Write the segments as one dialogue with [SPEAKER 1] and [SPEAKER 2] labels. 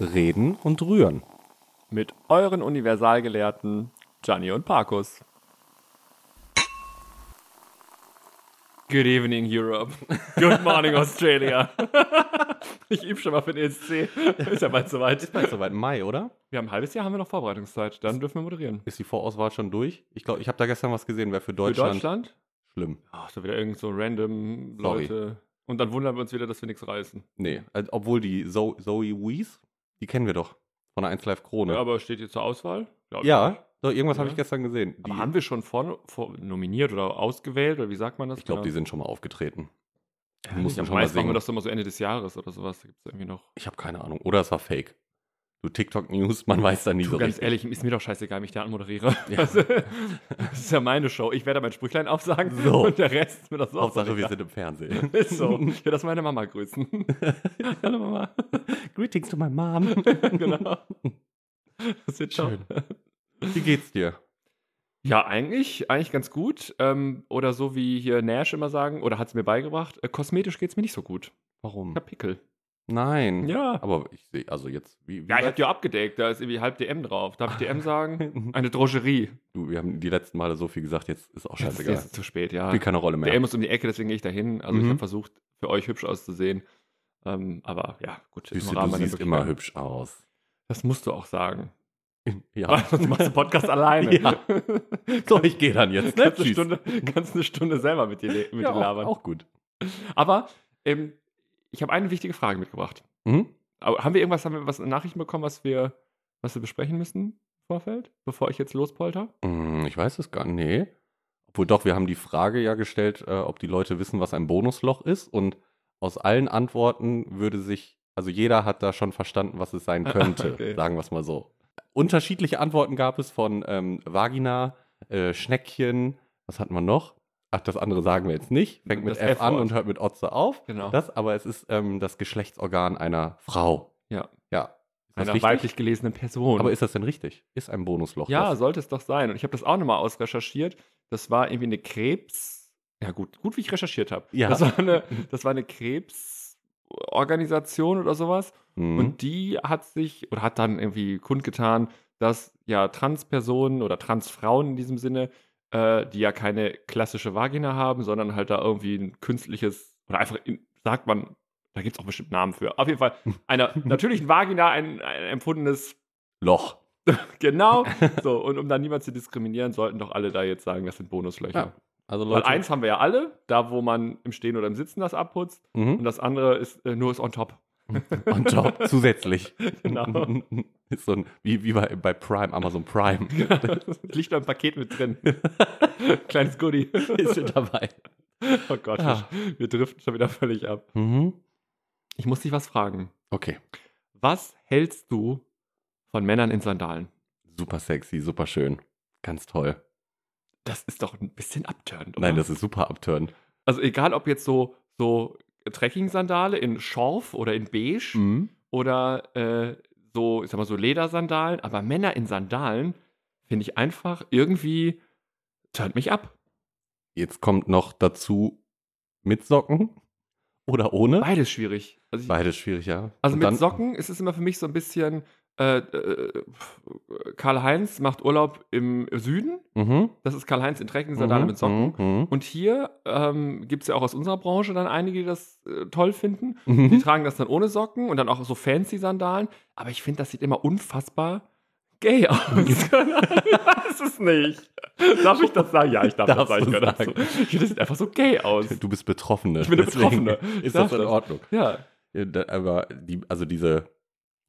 [SPEAKER 1] Reden und Rühren.
[SPEAKER 2] Mit euren Universalgelehrten Gianni und Parkus. Good evening, Europe. Good morning, Australia. ich übe schon mal für den ESC. Ist ja bald soweit.
[SPEAKER 1] Ist soweit Mai, oder?
[SPEAKER 2] Wir haben ein halbes Jahr, haben wir noch Vorbereitungszeit. Dann dürfen wir moderieren.
[SPEAKER 1] Ist die Vorauswahl schon durch? Ich glaube, ich habe da gestern was gesehen, wer für
[SPEAKER 2] Für
[SPEAKER 1] Deutschland,
[SPEAKER 2] Deutschland?
[SPEAKER 1] schlimm.
[SPEAKER 2] Ach, da wieder irgend so random
[SPEAKER 1] Sorry.
[SPEAKER 2] Leute. Und dann wundern wir uns wieder, dass wir nichts reißen.
[SPEAKER 1] Nee, also, obwohl die Zo Zoe Wees, die kennen wir doch von der 1 Live Krone.
[SPEAKER 2] Ja, aber steht hier zur Auswahl? Glaub ich nicht.
[SPEAKER 1] ja, doch, irgendwas habe
[SPEAKER 2] Ja.
[SPEAKER 1] ich gestern gesehen. Die,
[SPEAKER 2] Aber haben wir schon vor, vor nominiert oder ausgewählt oder wie sagt man das?
[SPEAKER 1] ich glaube, die
[SPEAKER 2] genau?
[SPEAKER 1] sind schon mal aufgetreten.
[SPEAKER 2] ja,
[SPEAKER 1] mussten
[SPEAKER 2] nicht,
[SPEAKER 1] schon
[SPEAKER 2] aber
[SPEAKER 1] mal
[SPEAKER 2] meist machen
[SPEAKER 1] singen.
[SPEAKER 2] wir das immer so Ende des Jahres oder sowas. Da gibt es irgendwie noch.
[SPEAKER 1] Ich habe keine Ahnung. Oder es war Fake. Du TikTok-News, man weiß da nie
[SPEAKER 2] Du,
[SPEAKER 1] so
[SPEAKER 2] ganz
[SPEAKER 1] richtig.
[SPEAKER 2] ehrlich, ist mir doch scheißegal, wie ich da anmoderiere.
[SPEAKER 1] Ja.
[SPEAKER 2] Also, das ist ja meine Show. Ich werde mein Sprüchlein aufsagen
[SPEAKER 1] So.
[SPEAKER 2] und der Rest ist mir das
[SPEAKER 1] Hauptsache, wir sind im Fernsehen.
[SPEAKER 2] Ist so. Ich will das meine Mama grüßen. Hallo Mama.
[SPEAKER 1] Greetings to my mom.
[SPEAKER 2] genau. Das wird
[SPEAKER 1] Schön.
[SPEAKER 2] schön.
[SPEAKER 1] Wie geht's dir?
[SPEAKER 2] Ja, eigentlich, eigentlich ganz gut. Ähm, oder so wie hier Nash immer sagen, oder hat es mir beigebracht, äh, kosmetisch geht es mir nicht so gut.
[SPEAKER 1] Warum?
[SPEAKER 2] Ich hab Pickel.
[SPEAKER 1] Nein.
[SPEAKER 2] Ja.
[SPEAKER 1] Aber ich sehe, also jetzt, wie, wie
[SPEAKER 2] Ja, ich hab
[SPEAKER 1] weit-
[SPEAKER 2] die abgedeckt, da ist irgendwie halb DM drauf. Darf ich DM sagen?
[SPEAKER 1] du,
[SPEAKER 2] Eine Drogerie.
[SPEAKER 1] wir haben die letzten Male so viel gesagt, jetzt ist auch
[SPEAKER 2] Jetzt ist-
[SPEAKER 1] scheißegal.
[SPEAKER 2] jetzt ist es zu spät, ja.
[SPEAKER 1] Spielt keine Rolle mehr.
[SPEAKER 2] DM ist um die Ecke, deswegen gehe ich da hin. Also
[SPEAKER 1] Mhm.
[SPEAKER 2] ich habe versucht, für euch hübsch auszusehen. Ähm, aber ja, gut. im
[SPEAKER 1] Süße,
[SPEAKER 2] Rahmen
[SPEAKER 1] du
[SPEAKER 2] meiner
[SPEAKER 1] siehst immer
[SPEAKER 2] Möglichkeiten.
[SPEAKER 1] hübsch aus.
[SPEAKER 2] Das musst du auch sagen.
[SPEAKER 1] Ja.
[SPEAKER 2] Sonst machst du einen Podcast alleine.
[SPEAKER 1] Ja. so, ich gehe dann jetzt. Ne?
[SPEAKER 2] Kannst, eine Stunde, kannst eine Stunde selber mit dir, le- mit
[SPEAKER 1] ja,
[SPEAKER 2] dir labern.
[SPEAKER 1] Auch, auch gut.
[SPEAKER 2] Aber ähm, ich habe eine wichtige Frage mitgebracht.
[SPEAKER 1] Mhm.
[SPEAKER 2] Aber haben wir irgendwas, haben wir was Nachrichten bekommen, was wir, was wir besprechen müssen im Vorfeld, bevor ich jetzt lospolter?
[SPEAKER 1] Mm, Ich weiß es gar nicht. Nee. Obwohl doch, wir haben die Frage ja gestellt, äh, ob die Leute wissen, was ein Bonusloch ist. Und aus allen Antworten würde sich, also jeder hat da schon verstanden, was es sein könnte.
[SPEAKER 2] Ah, Okay.
[SPEAKER 1] Sagen wir es mal so. Unterschiedliche Antworten gab es von ähm, Vagina, äh, Schneckchen, was hatten wir noch? Ach, das andere sagen wir jetzt nicht. Fängt mit
[SPEAKER 2] Das
[SPEAKER 1] F an
[SPEAKER 2] F-Wort.
[SPEAKER 1] und hört mit Otze auf.
[SPEAKER 2] Genau.
[SPEAKER 1] Das, aber es ist ähm, das Geschlechtsorgan einer Frau.
[SPEAKER 2] Ja.
[SPEAKER 1] Ja. Ist das
[SPEAKER 2] Einer
[SPEAKER 1] richtig?
[SPEAKER 2] weiblich gelesenen Person.
[SPEAKER 1] Aber ist das denn richtig? Ist ein Bonusloch?
[SPEAKER 2] ja,
[SPEAKER 1] das?
[SPEAKER 2] sollte es doch sein. Und ich habe das auch nochmal ausrecherchiert. Das war irgendwie eine Krebs. Ja, gut, gut, wie ich recherchiert habe.
[SPEAKER 1] Ja.
[SPEAKER 2] Das war eine, das war eine Krebsorganisation oder sowas.
[SPEAKER 1] Mhm.
[SPEAKER 2] Und die hat sich oder hat dann irgendwie kundgetan, dass ja Transpersonen oder Transfrauen in diesem Sinne, äh, die ja keine klassische Vagina haben, sondern halt da irgendwie ein künstliches oder einfach in, sagt man, da gibt es auch bestimmt Namen für. Auf jeden Fall einer natürlichen Vagina ein, ein empfundenes
[SPEAKER 1] Loch.
[SPEAKER 2] genau. So und um da niemand zu diskriminieren, sollten doch alle da jetzt sagen, das sind Bonuslöcher.
[SPEAKER 1] Ja, Also
[SPEAKER 2] Weil
[SPEAKER 1] Leute,
[SPEAKER 2] eins haben wir ja alle, da wo man im Stehen oder im Sitzen das abputzt und
[SPEAKER 1] mhm.
[SPEAKER 2] das andere ist äh, nur ist on top.
[SPEAKER 1] on top zusätzlich.
[SPEAKER 2] Genau.
[SPEAKER 1] Ist so ein, wie, wie bei, bei Prime, Amazon Prime.
[SPEAKER 2] Das liegt da im Paket mit drin. Kleines Goodie.
[SPEAKER 1] Ist mit dabei.
[SPEAKER 2] Oh Gott,
[SPEAKER 1] Ja.
[SPEAKER 2] wir, wir driften schon wieder völlig ab.
[SPEAKER 1] Mhm.
[SPEAKER 2] Ich muss dich was fragen.
[SPEAKER 1] Okay.
[SPEAKER 2] Was hältst du von Männern in Sandalen?
[SPEAKER 1] Super sexy, super schön. Ganz toll.
[SPEAKER 2] Das ist doch ein bisschen abturned, oder?
[SPEAKER 1] Nein, das ist super upturn.
[SPEAKER 2] also egal, ob jetzt so, so Trekking-Sandale in Schorf oder in Beige
[SPEAKER 1] Mhm.
[SPEAKER 2] oder äh, so, ich sag mal so Ledersandalen, aber Männer in Sandalen finde ich einfach irgendwie, turnt mich ab.
[SPEAKER 1] Jetzt kommt noch dazu mit Socken oder ohne.
[SPEAKER 2] Beides schwierig. Also ich,
[SPEAKER 1] Beides schwierig, ja.
[SPEAKER 2] Also
[SPEAKER 1] Und
[SPEAKER 2] mit
[SPEAKER 1] dann-
[SPEAKER 2] Socken ist es immer für mich so ein bisschen, äh, äh, Karl-Heinz macht Urlaub im Süden.
[SPEAKER 1] Mhm.
[SPEAKER 2] Das ist Karl-Heinz in Trekking-Sandalen
[SPEAKER 1] Mhm,
[SPEAKER 2] mit Socken.
[SPEAKER 1] mhm,
[SPEAKER 2] Und hier ähm, gibt es ja auch aus unserer Branche dann einige, die das äh, toll finden.
[SPEAKER 1] Mhm.
[SPEAKER 2] Die tragen das dann ohne Socken und dann auch so fancy Sandalen. Aber ich finde, das sieht immer unfassbar gay aus. ich weiß es nicht. Darf ich das sagen? Ja, ich darf
[SPEAKER 1] Darfst
[SPEAKER 2] das sagen.
[SPEAKER 1] du
[SPEAKER 2] Ich kann das
[SPEAKER 1] sagen.
[SPEAKER 2] so- Ich finde, das sieht einfach so gay aus.
[SPEAKER 1] Du bist Betroffene.
[SPEAKER 2] Ich bin eine
[SPEAKER 1] deswegen
[SPEAKER 2] Betroffene. Ich
[SPEAKER 1] Ist
[SPEAKER 2] darf
[SPEAKER 1] das in
[SPEAKER 2] das.
[SPEAKER 1] Ordnung?
[SPEAKER 2] Ja.
[SPEAKER 1] Ja, Äh, da- Aber die, also diese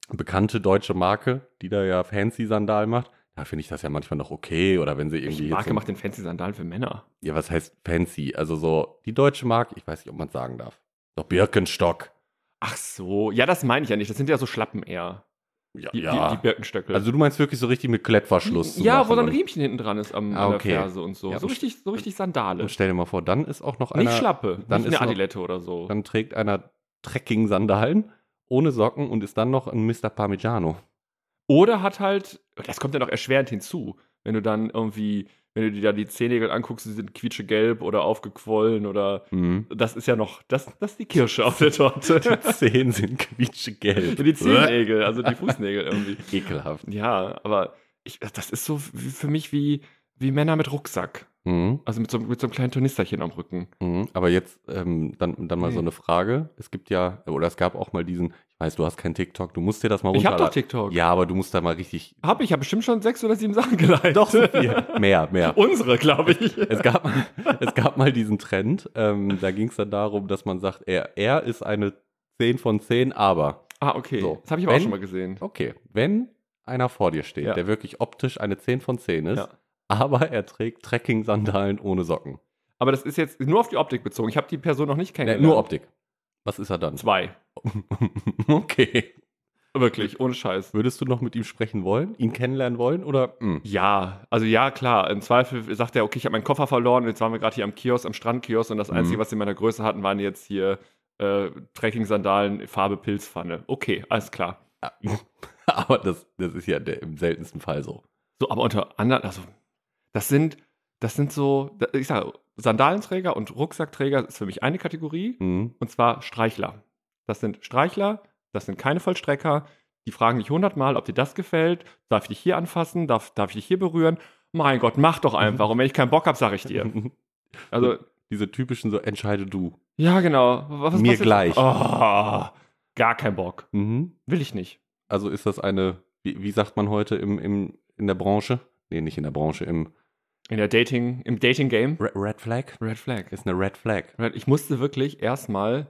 [SPEAKER 1] bekannte deutsche Marke, die da ja fancy Sandal macht, da finde ich das ja manchmal noch okay. Oder wenn sie irgendwie.
[SPEAKER 2] Die
[SPEAKER 1] jetzt
[SPEAKER 2] Marke
[SPEAKER 1] so,
[SPEAKER 2] macht den fancy Sandalen für Männer.
[SPEAKER 1] Ja, was heißt fancy? Also so die deutsche Marke, ich weiß nicht, ob man es sagen darf. Doch Birkenstock.
[SPEAKER 2] Ach so, ja, das meine ich ja nicht. Das sind ja so Schlappen eher.
[SPEAKER 1] Ja,
[SPEAKER 2] Die,
[SPEAKER 1] ja.
[SPEAKER 2] die, die Birkenstöcke.
[SPEAKER 1] also du meinst wirklich so richtig mit Klettverschluss zu
[SPEAKER 2] ja,
[SPEAKER 1] machen
[SPEAKER 2] wo so ein
[SPEAKER 1] und-
[SPEAKER 2] Riemchen hinten dran ist am
[SPEAKER 1] Ah,
[SPEAKER 2] an
[SPEAKER 1] okay.
[SPEAKER 2] der Ferse und so.
[SPEAKER 1] Ja,
[SPEAKER 2] so,
[SPEAKER 1] und-
[SPEAKER 2] richtig, so richtig Sandale.
[SPEAKER 1] Und stell dir mal vor, dann ist auch noch einer,
[SPEAKER 2] Nicht Schlappe,
[SPEAKER 1] dann
[SPEAKER 2] nicht
[SPEAKER 1] ist
[SPEAKER 2] eine
[SPEAKER 1] noch-
[SPEAKER 2] Adilette oder so.
[SPEAKER 1] dann trägt einer Trekking-Sandalen ohne Socken und ist dann noch ein Mr. Parmigiano.
[SPEAKER 2] Oder hat halt, das kommt ja noch erschwerend hinzu, wenn du dann irgendwie, wenn du dir da die Zehennägel anguckst, die sind quietschegelb oder aufgequollen oder
[SPEAKER 1] Mhm.
[SPEAKER 2] das ist ja noch, das, das ist die Kirsche auf der Torte.
[SPEAKER 1] Die Zehen sind quietschegelb.
[SPEAKER 2] die Zehennägel, also die Fußnägel irgendwie.
[SPEAKER 1] Ekelhaft.
[SPEAKER 2] Ja, aber ich, das ist so wie- für mich wie, wie Männer mit Rucksack.
[SPEAKER 1] Mhm.
[SPEAKER 2] Also mit so, einem- mit so einem kleinen Tornisterchen am Rücken.
[SPEAKER 1] Mhm. Aber jetzt ähm, dann, dann mal so
[SPEAKER 2] Nee.
[SPEAKER 1] eine Frage. Es gibt ja, oder es gab auch mal diesen, ich weiß, du hast kein TikTok, du musst dir das mal
[SPEAKER 2] Ich hab doch
[SPEAKER 1] runterladen.
[SPEAKER 2] TikTok.
[SPEAKER 1] Ja, aber du musst da mal richtig.
[SPEAKER 2] Hab ich, hab bestimmt schon sechs oder sieben Sachen geleitet.
[SPEAKER 1] Doch, so viel. mehr, mehr.
[SPEAKER 2] Unsere, glaube ich.
[SPEAKER 1] Es gab, es gab mal diesen Trend, ähm, da ging es dann darum, dass man sagt, er, er ist eine 10 von 10, aber.
[SPEAKER 2] Ah, okay.
[SPEAKER 1] So.
[SPEAKER 2] Das habe ich aber
[SPEAKER 1] Wenn-
[SPEAKER 2] auch schon mal gesehen.
[SPEAKER 1] Okay, wenn einer vor dir steht,
[SPEAKER 2] Ja.
[SPEAKER 1] der wirklich optisch eine 10 von 10 ist,
[SPEAKER 2] Ja.
[SPEAKER 1] aber er trägt Trekking-Sandalen ohne Socken.
[SPEAKER 2] Aber das ist jetzt nur auf die Optik bezogen. Ich habe die Person noch nicht
[SPEAKER 1] Nee,
[SPEAKER 2] kennengelernt.
[SPEAKER 1] nur Optik. Was ist er dann?
[SPEAKER 2] Zwei.
[SPEAKER 1] okay.
[SPEAKER 2] Wirklich, ohne Scheiß.
[SPEAKER 1] Würdest du noch mit ihm sprechen wollen, ihn kennenlernen wollen oder? mm.
[SPEAKER 2] Ja, also ja, klar. Im Zweifel sagt er, okay, ich habe meinen Koffer verloren. Jetzt waren wir gerade hier am Kiosk, am Strandkiosk und das
[SPEAKER 1] Mhm.
[SPEAKER 2] Einzige, was sie in meiner Größe hatten, waren jetzt hier äh, Trekking-Sandalen, Farbe Pilzpfanne. Okay, alles klar.
[SPEAKER 1] Aber das, das ist ja der, im seltensten Fall so.
[SPEAKER 2] So, aber unter anderem, also das sind, das sind so, da- ich sage, Sandalenträger und Rucksackträger ist für mich eine Kategorie
[SPEAKER 1] Mm.
[SPEAKER 2] und zwar Streichler. Das sind Streichler, das sind keine Vollstrecker. Die fragen dich hundertmal, ob dir das gefällt. Darf ich dich hier anfassen? Darf, darf ich dich hier berühren? Mein Gott, mach doch einfach. Und wenn ich keinen Bock habe, sage ich dir. Also,
[SPEAKER 1] Diese typischen so, entscheide du.
[SPEAKER 2] ja, genau. Was- was
[SPEAKER 1] Mir
[SPEAKER 2] passiert?
[SPEAKER 1] gleich.
[SPEAKER 2] Oh, gar kein Bock.
[SPEAKER 1] Mhm.
[SPEAKER 2] Will ich nicht.
[SPEAKER 1] Also ist das eine, wie, wie sagt man heute im, im, in der Branche? Nee, nicht in der Branche, im
[SPEAKER 2] In der Dating, im Dating-Game.
[SPEAKER 1] Re- Red Flag?
[SPEAKER 2] Red Flag.
[SPEAKER 1] Ist eine Red Flag.
[SPEAKER 2] Weil Ich musste wirklich erstmal,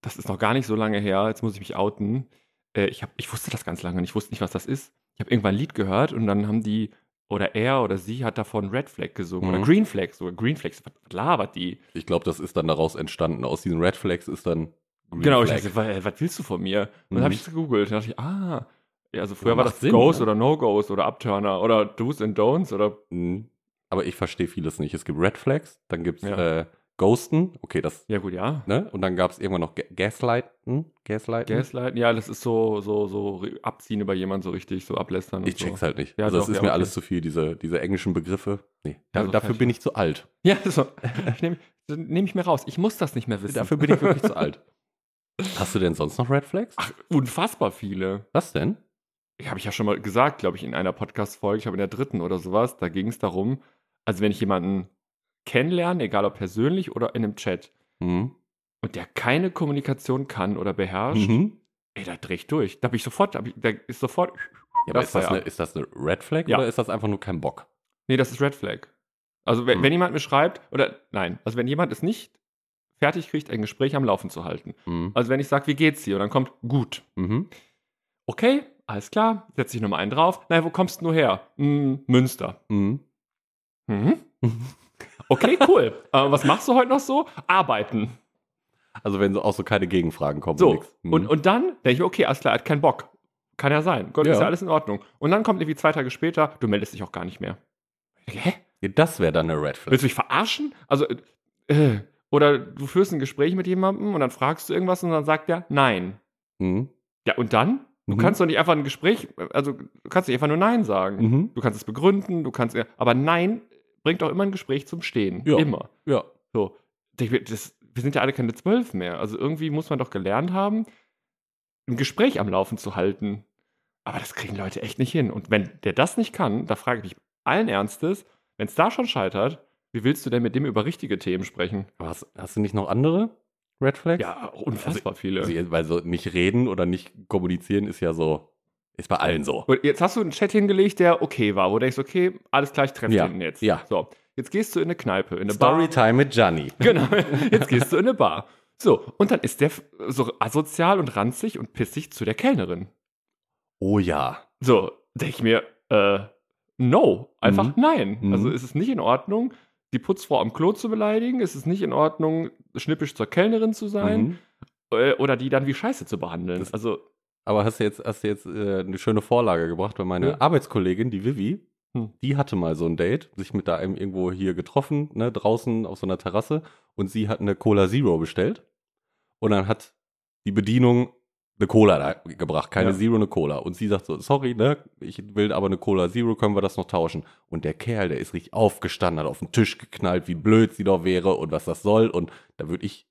[SPEAKER 2] das ist noch gar nicht so lange her, jetzt muss ich mich outen. Äh, ich, hab, ich wusste das ganz lange nicht, ich wusste nicht, was das ist. Ich habe irgendwann ein Lied gehört und dann haben die, oder er oder sie hat davon Red Flag gesungen
[SPEAKER 1] Mhm.
[SPEAKER 2] oder Green Flag, sogar Green Flag. Was was labert die?
[SPEAKER 1] Ich glaube, das ist dann daraus entstanden. Aus diesen Red Flags ist dann Green
[SPEAKER 2] genau,
[SPEAKER 1] Flag.
[SPEAKER 2] ich dachte, wa- was willst du von mir? Und dann
[SPEAKER 1] Mhm.
[SPEAKER 2] habe ich es gegoogelt. Dann dachte ich, ah, ja, also früher
[SPEAKER 1] Ja,
[SPEAKER 2] war
[SPEAKER 1] macht
[SPEAKER 2] das
[SPEAKER 1] Sinn,
[SPEAKER 2] Ghost
[SPEAKER 1] ne?
[SPEAKER 2] oder No Ghost oder Upturner oder Do's and Don'ts oder
[SPEAKER 1] Mhm. Aber ich verstehe vieles nicht. Es gibt Red Flags, dann gibt es
[SPEAKER 2] Ja.
[SPEAKER 1] äh, Ghosten, okay, das,
[SPEAKER 2] ja gut, ja.
[SPEAKER 1] ne? Und dann gab es irgendwann noch Ga Gaslighten. Gaslighten.
[SPEAKER 2] Gaslighten, ja, das ist so, so, so re- abziehen über jemanden so richtig, so ablästern und
[SPEAKER 1] ich
[SPEAKER 2] so.
[SPEAKER 1] check's halt nicht.
[SPEAKER 2] Ja,
[SPEAKER 1] also,
[SPEAKER 2] doch,
[SPEAKER 1] es ist
[SPEAKER 2] ja,
[SPEAKER 1] mir
[SPEAKER 2] okay.
[SPEAKER 1] alles zu viel, diese, diese englischen Begriffe. Nee, da,
[SPEAKER 2] Also
[SPEAKER 1] dafür
[SPEAKER 2] fertig.
[SPEAKER 1] bin ich zu alt.
[SPEAKER 2] Ja, so. Ich nehme nehm ich mir raus. Ich muss das nicht mehr wissen.
[SPEAKER 1] Dafür bin ich wirklich zu alt. Hast du denn sonst noch Red Flags?
[SPEAKER 2] Ach, unfassbar viele.
[SPEAKER 1] Was denn?
[SPEAKER 2] Habe ich ja schon mal gesagt, glaube ich, in einer Podcast-Folge, ich glaube in der dritten oder sowas, da ging es darum, also wenn ich jemanden kennenlerne, egal ob persönlich oder in einem Chat,
[SPEAKER 1] Mhm.
[SPEAKER 2] und der keine Kommunikation kann oder beherrscht,
[SPEAKER 1] Mhm.
[SPEAKER 2] ey, da dreh ich durch. Da bin ich sofort, da, hab ich, da ist sofort,
[SPEAKER 1] Ja, aber
[SPEAKER 2] Das
[SPEAKER 1] ist, das
[SPEAKER 2] war ja-
[SPEAKER 1] eine, ist das eine Red Flag
[SPEAKER 2] Ja.
[SPEAKER 1] oder ist das einfach nur kein Bock?
[SPEAKER 2] nee, das ist Red Flag. Also wenn,
[SPEAKER 1] Hm.
[SPEAKER 2] wenn jemand mir schreibt, oder nein, also wenn jemand es nicht fertig kriegt, ein Gespräch am Laufen zu halten.
[SPEAKER 1] Mhm.
[SPEAKER 2] Also wenn ich sage, wie geht's dir? Und dann kommt, gut.
[SPEAKER 1] Mhm.
[SPEAKER 2] Okay, alles klar, setz dich nochmal einen drauf. Naja, wo kommst du nur her? Hm, Münster.
[SPEAKER 1] Mhm.
[SPEAKER 2] Mhm. Okay, cool. äh, was machst du heute noch so? Arbeiten.
[SPEAKER 1] Also, wenn so auch so keine Gegenfragen kommen.
[SPEAKER 2] So.
[SPEAKER 1] nix. Mhm.
[SPEAKER 2] Und, und dann denke ich mir, okay, alles klar, er hat keinen Bock. Kann ja sein. Gott,
[SPEAKER 1] Ja.
[SPEAKER 2] ist ja alles in Ordnung. Und dann kommt irgendwie zwei Tage später, du meldest dich auch gar nicht mehr. Ich denke, Hä?
[SPEAKER 1] Ja, das wäre dann eine Red Flag.
[SPEAKER 2] Willst du mich verarschen? Also, äh, oder du führst ein Gespräch mit jemandem und dann fragst du irgendwas und dann sagt er nein.
[SPEAKER 1] Mhm.
[SPEAKER 2] Ja, und dann? Du
[SPEAKER 1] Mhm.
[SPEAKER 2] kannst doch nicht einfach ein Gespräch, also du kannst nicht einfach nur nein sagen.
[SPEAKER 1] Mhm.
[SPEAKER 2] Du kannst es begründen, du kannst. Aber nein bringt auch immer ein Gespräch zum Stehen.
[SPEAKER 1] Ja.
[SPEAKER 2] Immer.
[SPEAKER 1] Ja.
[SPEAKER 2] So. Ich denk mir, Das, wir sind ja alle keine zwölf mehr. Also irgendwie muss man doch gelernt haben, ein Gespräch am Laufen zu halten. Aber das kriegen Leute echt nicht hin. Und wenn der das nicht kann, da frage ich mich allen Ernstes, wenn es da schon scheitert, wie willst du denn mit dem über richtige Themen sprechen?
[SPEAKER 1] Aber hast, hast du nicht noch andere Red Flags?
[SPEAKER 2] Ja, unfassbar viele.
[SPEAKER 1] Also, weil so nicht reden oder nicht kommunizieren ist ja so, ist bei allen so.
[SPEAKER 2] Und jetzt hast du einen Chat hingelegt, der okay war, wo du denkst, okay, alles gleich treffen
[SPEAKER 1] Ja,
[SPEAKER 2] den jetzt.
[SPEAKER 1] ja.
[SPEAKER 2] So, jetzt gehst du in eine Kneipe, in eine Bar.
[SPEAKER 1] Storytime mit Gianni.
[SPEAKER 2] Genau, jetzt gehst du in eine Bar. So, und dann ist der f- so asozial und ranzig und pissig zu der Kellnerin.
[SPEAKER 1] Oh ja.
[SPEAKER 2] So, denke ich mir, äh, no, einfach nein.
[SPEAKER 1] Mhm.
[SPEAKER 2] Also ist es nicht in Ordnung, die Putzfrau am Klo zu beleidigen, ist es nicht in Ordnung, schnippisch zur Kellnerin zu sein.
[SPEAKER 1] Mhm.
[SPEAKER 2] äh, oder die dann wie Scheiße zu behandeln.
[SPEAKER 1] Das-
[SPEAKER 2] also,
[SPEAKER 1] Aber hast du jetzt, hast du jetzt äh, eine schöne Vorlage gebracht, weil meine
[SPEAKER 2] Ja.
[SPEAKER 1] Arbeitskollegin, die Vivi,
[SPEAKER 2] Hm.
[SPEAKER 1] die hatte mal so ein Date, sich mit da einem irgendwo hier getroffen, ne, draußen auf so einer Terrasse und sie hat eine Cola Zero bestellt. Und dann hat die Bedienung eine Cola da gebracht, keine
[SPEAKER 2] Ja.
[SPEAKER 1] Zero, eine Cola. Und sie sagt so, sorry, ne, ich will aber eine Cola Zero, können wir das noch tauschen? Und der Kerl, der ist richtig aufgestanden, hat auf den Tisch geknallt, wie blöd sie doch wäre und was das soll. Und da würde ich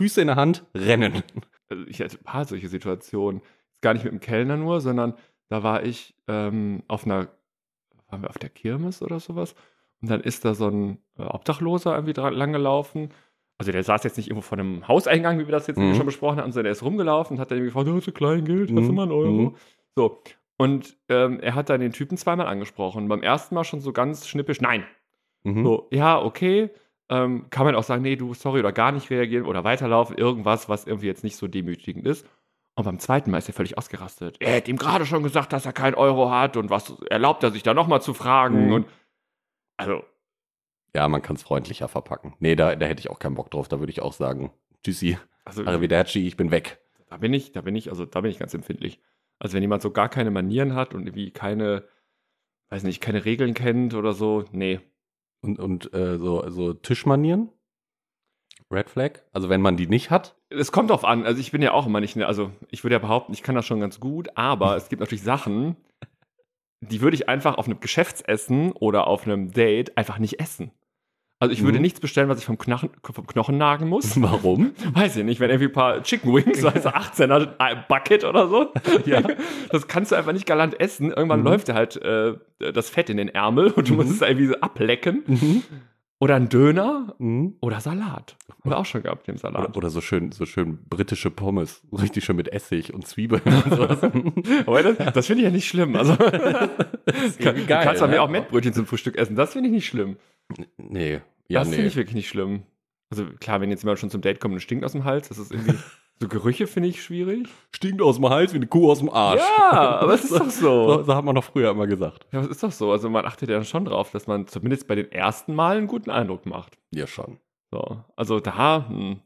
[SPEAKER 1] Füße in der Hand rennen.
[SPEAKER 2] also ich hatte ein paar solche Situationen. Gar nicht mit dem Kellner nur, sondern da war ich ähm, auf einer, waren wir auf der Kirmes oder sowas? Und dann ist da so ein äh, Obdachloser irgendwie dran, lang gelaufen. Also der saß jetzt nicht irgendwo vor einem Hauseingang, wie wir das jetzt
[SPEAKER 1] Mhm.
[SPEAKER 2] schon besprochen hatten, sondern der ist rumgelaufen und hat dann irgendwie gefragt, oh, hast du Kleingeld, hast du
[SPEAKER 1] Mhm.
[SPEAKER 2] mal einen Euro?
[SPEAKER 1] Mhm.
[SPEAKER 2] So. Und ähm, er hat dann den Typen zweimal angesprochen. Beim ersten Mal schon so ganz schnippisch, nein,
[SPEAKER 1] Mhm.
[SPEAKER 2] so, ja, okay. Ähm, kann man auch sagen, nee, du, sorry, oder gar nicht reagieren oder weiterlaufen, irgendwas, was irgendwie jetzt nicht so demütigend ist. Und beim zweiten Mal ist er völlig ausgerastet. Er hätte ihm gerade schon gesagt, dass er keinen Euro hat und was erlaubt er sich da nochmal zu fragen
[SPEAKER 1] Mhm.
[SPEAKER 2] und also,
[SPEAKER 1] Ja, man kann es freundlicher verpacken. Nee, da, da hätte ich auch keinen Bock drauf. Da würde ich auch sagen, tschüssi,
[SPEAKER 2] also
[SPEAKER 1] arrivederci, ich bin weg.
[SPEAKER 2] da bin ich, da bin ich, also da bin ich ganz empfindlich. Also wenn jemand so gar keine Manieren hat und irgendwie keine, weiß nicht, keine Regeln kennt oder so, nee.
[SPEAKER 1] Und, und äh, so, so Tischmanieren? Red Flag? Also wenn man die nicht hat?
[SPEAKER 2] Es kommt drauf an, also ich bin ja auch immer nicht, ne- also ich würde ja behaupten, ich kann das schon ganz gut, aber es gibt natürlich Sachen, die würde ich einfach auf einem Geschäftsessen oder auf einem Date einfach nicht essen. Also ich würde
[SPEAKER 1] Mhm.
[SPEAKER 2] nichts bestellen, was ich vom, Knachen, vom Knochen nagen muss.
[SPEAKER 1] Warum?
[SPEAKER 2] Weiß ich nicht, wenn irgendwie ein paar Chicken Wings, also 18er Bucket oder so,
[SPEAKER 1] Ja.
[SPEAKER 2] das kannst du einfach nicht galant essen. Irgendwann
[SPEAKER 1] Mhm.
[SPEAKER 2] läuft dir halt äh, das Fett in den Ärmel und du musst
[SPEAKER 1] Mhm.
[SPEAKER 2] es irgendwie so ablecken.
[SPEAKER 1] mhm.
[SPEAKER 2] Oder ein Döner
[SPEAKER 1] Mhm.
[SPEAKER 2] oder Salat. Haben wir auch schon gehabt, den Salat.
[SPEAKER 1] Oder, oder so schön, so schön britische Pommes. So Richtig schön mit Essig und Zwiebeln und sowas.
[SPEAKER 2] Aber das, das finde ich ja nicht schlimm. Also,
[SPEAKER 1] irgendwie
[SPEAKER 2] du
[SPEAKER 1] geil,
[SPEAKER 2] kannst bei
[SPEAKER 1] ne?
[SPEAKER 2] mir auch Mettbrötchen zum Frühstück essen. Das finde ich nicht schlimm.
[SPEAKER 1] nee, ja,
[SPEAKER 2] das
[SPEAKER 1] nee.
[SPEAKER 2] finde ich wirklich nicht schlimm. Also klar, wenn jetzt jemand schon zum Date kommt und stinkt aus dem Hals, das ist irgendwie. So Gerüche finde ich schwierig.
[SPEAKER 1] Stinkt aus dem Hals wie eine Kuh aus dem Arsch.
[SPEAKER 2] Ja, aber es ist doch
[SPEAKER 1] Ah, So,
[SPEAKER 2] so.
[SPEAKER 1] so hat man doch früher immer gesagt.
[SPEAKER 2] Ja, aber es ist doch so. Also man achtet ja dann schon drauf, dass man zumindest bei den ersten Mal einen guten Eindruck macht.
[SPEAKER 1] Ja, schon.
[SPEAKER 2] So. Also da, hm,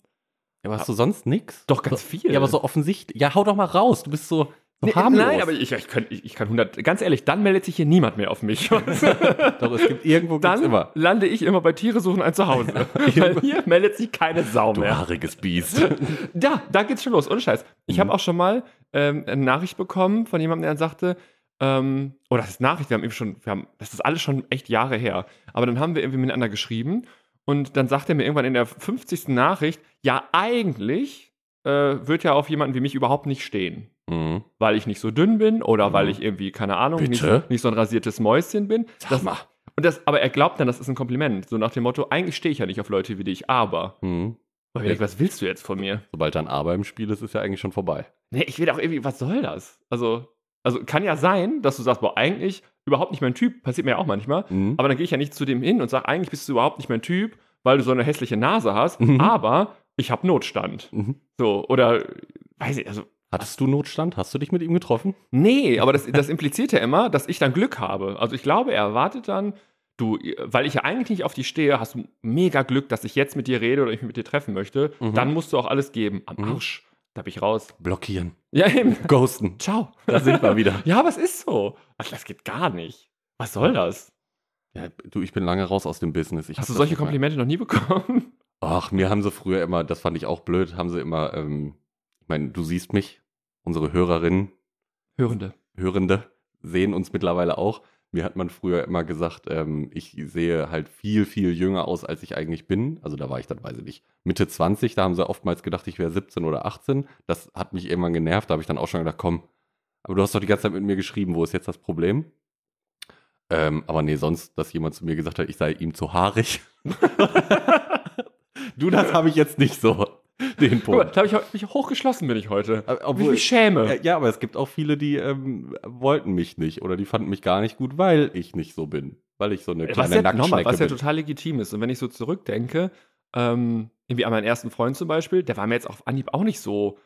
[SPEAKER 1] Ja, aber hast du sonst nix?
[SPEAKER 2] doch ganz viel.
[SPEAKER 1] Ja, aber so offensichtlich. Ja, hau doch mal raus. Du bist so, so
[SPEAKER 2] Nee,
[SPEAKER 1] harmlos.
[SPEAKER 2] nein, aber ich, ich, kann, ich, ich kann 100, ganz ehrlich, dann meldet sich hier niemand mehr auf mich.
[SPEAKER 1] Doch, es gibt irgendwo
[SPEAKER 2] dann
[SPEAKER 1] gibt's immer.
[SPEAKER 2] lande ich immer bei Tiere suchen ein Zuhause. Weil hier meldet sich keine Sau
[SPEAKER 1] Du
[SPEAKER 2] mehr.
[SPEAKER 1] haariges Biest.
[SPEAKER 2] Da, da geht's schon los, ohne Scheiß. Ich
[SPEAKER 1] Mhm.
[SPEAKER 2] habe auch schon mal ähm, eine Nachricht bekommen von jemandem, der dann sagte, ähm, oh, das ist Nachricht, wir haben eben schon, wir haben, das ist alles schon echt Jahre her. Aber dann haben wir irgendwie miteinander geschrieben und dann sagt er mir irgendwann in der 50. Nachricht, ja, eigentlich äh, wird ja auf jemanden wie mich überhaupt nicht stehen
[SPEAKER 1] Mhm.
[SPEAKER 2] weil ich nicht so dünn bin oder
[SPEAKER 1] Mhm.
[SPEAKER 2] weil ich irgendwie, keine Ahnung, nicht,
[SPEAKER 1] Bitte?
[SPEAKER 2] nicht so ein rasiertes Mäuschen bin.
[SPEAKER 1] Sag
[SPEAKER 2] das,
[SPEAKER 1] mal.
[SPEAKER 2] Und das, aber er glaubt dann, das ist ein Kompliment. So nach dem Motto, eigentlich stehe ich ja nicht auf Leute wie dich, aber.
[SPEAKER 1] Mhm.
[SPEAKER 2] Aber ich denke, was willst du jetzt von mir?
[SPEAKER 1] Sobald dann Aber im Spiel ist, ist ja eigentlich schon vorbei.
[SPEAKER 2] Nee, Ne, ich will auch irgendwie, was soll das? Also, also kann ja sein, dass du sagst, boah, eigentlich überhaupt nicht mein Typ, passiert mir ja auch manchmal.
[SPEAKER 1] Mhm.
[SPEAKER 2] Aber dann gehe ich ja nicht zu dem hin und sage, eigentlich bist du überhaupt nicht mein Typ, weil du so eine hässliche Nase hast,
[SPEAKER 1] Mhm.
[SPEAKER 2] aber ich habe Notstand.
[SPEAKER 1] Mhm.
[SPEAKER 2] So, oder, weiß ich, also
[SPEAKER 1] Hattest du Notstand? Hast du dich mit ihm getroffen?
[SPEAKER 2] Nee, aber das, das impliziert ja immer, dass ich dann Glück habe. Also ich glaube, er erwartet dann, du, weil ich ja eigentlich nicht auf dich stehe, hast du mega Glück, dass ich jetzt mit dir rede oder ich mich mit dir treffen möchte.
[SPEAKER 1] Mhm.
[SPEAKER 2] Dann musst du auch alles geben. Am
[SPEAKER 1] Mhm.
[SPEAKER 2] Arsch, da bin ich raus.
[SPEAKER 1] Blockieren.
[SPEAKER 2] Ja, eben.
[SPEAKER 1] Ghosten.
[SPEAKER 2] Ciao.
[SPEAKER 1] Da sind wir wieder.
[SPEAKER 2] Ja, aber es ist so. Ach, das geht gar nicht. Was soll das?
[SPEAKER 1] Ja, du, ich bin lange raus aus dem Business. Ich
[SPEAKER 2] Hast du
[SPEAKER 1] hab
[SPEAKER 2] solche
[SPEAKER 1] das nicht mehr.
[SPEAKER 2] Komplimente noch nie bekommen?
[SPEAKER 1] Ach, mir haben sie früher immer, das fand ich auch blöd, haben sie immer, ähm, ich meine, du siehst mich, unsere Hörerinnen,
[SPEAKER 2] Hörende.
[SPEAKER 1] Hörende sehen uns mittlerweile auch. Mir hat man früher immer gesagt, ähm, ich sehe halt viel, viel jünger aus, als ich eigentlich bin. Also da war ich dann, weiß ich nicht, Mitte 20. Da haben sie oftmals gedacht, ich wäre 17 oder 18. Das hat mich irgendwann genervt. Da habe ich dann auch schon gedacht, komm, aber du hast doch die ganze Zeit mit mir geschrieben. Wo ist jetzt das Problem? Ähm, aber nee, sonst, dass jemand zu mir gesagt hat, ich sei ihm zu haarig. du, das habe ich jetzt nicht so, den
[SPEAKER 2] Guck mal,
[SPEAKER 1] Punkt.
[SPEAKER 2] da habe ich, ich hochgeschlossen bin ich heute. Wie ich
[SPEAKER 1] Obwohl-
[SPEAKER 2] mich schäme.
[SPEAKER 1] Äh, ja, ja, aber es gibt auch viele, die ähm, wollten mich nicht oder die fanden mich gar nicht gut, weil ich nicht so bin. Weil ich so eine
[SPEAKER 2] was
[SPEAKER 1] kleine
[SPEAKER 2] ja, nochmal,
[SPEAKER 1] Nacktschnecke
[SPEAKER 2] was ja
[SPEAKER 1] bin.
[SPEAKER 2] total legitim ist. Und wenn ich so zurückdenke, ähm, irgendwie an meinen ersten Freund zum Beispiel, der war mir jetzt auf Anhieb auch nicht so,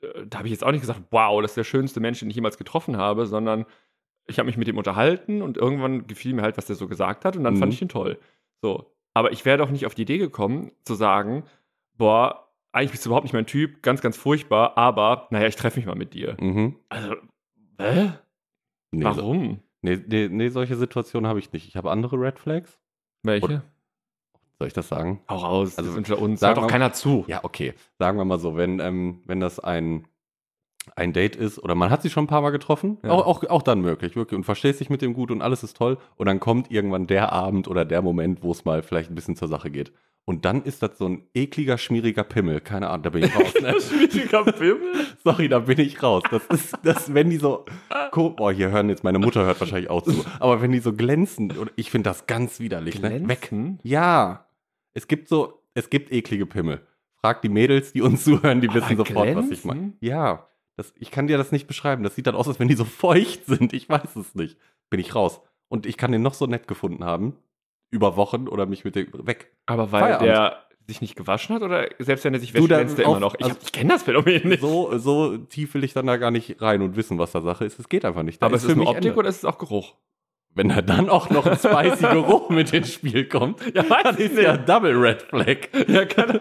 [SPEAKER 2] äh, da habe ich jetzt auch nicht gesagt, wow, das ist der schönste Mensch, den ich jemals getroffen habe, sondern ich habe mich mit ihm unterhalten und irgendwann gefiel mir halt, was der so gesagt hat und dann
[SPEAKER 1] Mhm.
[SPEAKER 2] fand ich ihn toll. So. Aber ich wäre doch nicht auf die Idee gekommen, zu sagen, boah, eigentlich bist du überhaupt nicht mein Typ, ganz, ganz furchtbar, aber naja, ich treffe mich mal mit dir.
[SPEAKER 1] Mhm.
[SPEAKER 2] Also, hä?
[SPEAKER 1] Nee, So,
[SPEAKER 2] Warum?
[SPEAKER 1] nee, nee, nee, solche Situationen habe ich nicht. Ich habe andere Red Flags.
[SPEAKER 2] Welche?
[SPEAKER 1] Soll ich das sagen?
[SPEAKER 2] Hau raus,
[SPEAKER 1] Also,
[SPEAKER 2] das unter uns.
[SPEAKER 1] sag
[SPEAKER 2] Sagt doch
[SPEAKER 1] mal-
[SPEAKER 2] keiner zu.
[SPEAKER 1] Ja, okay. Sagen wir mal so, wenn, ähm, wenn das ein, ein Date ist oder man hat sie schon ein paar Mal getroffen,
[SPEAKER 2] Ja.
[SPEAKER 1] auch, auch, auch dann möglich, wirklich. Und verstehst dich mit dem gut und alles ist toll. Und dann kommt irgendwann der Abend oder der Moment, wo es mal vielleicht ein bisschen zur Sache geht. Und dann ist das so ein ekliger, schmieriger Pimmel. Keine Ahnung, da bin ich raus. Ne?
[SPEAKER 2] Schmieriger Pimmel?
[SPEAKER 1] Sorry, da bin ich raus. Das ist, das, wenn die so. ko- Boah, hier hören jetzt, meine Mutter hört wahrscheinlich auch zu. Aber wenn die so glänzen, und ich finde das ganz widerlich. Ne? Weg.
[SPEAKER 2] Glänzen?
[SPEAKER 1] Ja, es gibt so, es gibt eklige Pimmel. Frag die Mädels, die uns zuhören, die
[SPEAKER 2] Aber
[SPEAKER 1] wissen sofort, was ich
[SPEAKER 2] glänzen?
[SPEAKER 1] meine. Ja, das, ich kann dir das nicht beschreiben. Das sieht dann aus, als wenn die so feucht sind. Ich weiß es nicht. Bin ich raus. Und ich kann den noch so nett gefunden haben. Über Wochen oder mich mit dem weg.
[SPEAKER 2] Aber weil
[SPEAKER 1] Feierabend.
[SPEAKER 2] der sich nicht gewaschen hat oder selbst wenn er sich
[SPEAKER 1] Du,
[SPEAKER 2] wäscht,
[SPEAKER 1] dann
[SPEAKER 2] glänzt er immer
[SPEAKER 1] auf-
[SPEAKER 2] noch. Ich,
[SPEAKER 1] also-
[SPEAKER 2] ich kenne das Phänomen nicht.
[SPEAKER 1] So, so tief will ich dann da gar nicht rein und wissen, was da Sache ist. Es geht einfach nicht. Da
[SPEAKER 2] aber ist es
[SPEAKER 1] für
[SPEAKER 2] ist nur
[SPEAKER 1] mich
[SPEAKER 2] Optik
[SPEAKER 1] Ende.
[SPEAKER 2] oder ist es auch Geruch?
[SPEAKER 1] Wenn da dann auch noch ein spicy Geruch mit ins Spiel kommt,
[SPEAKER 2] Ja, weiß ich
[SPEAKER 1] ist ja Double Red Flag.
[SPEAKER 2] Ja, kann.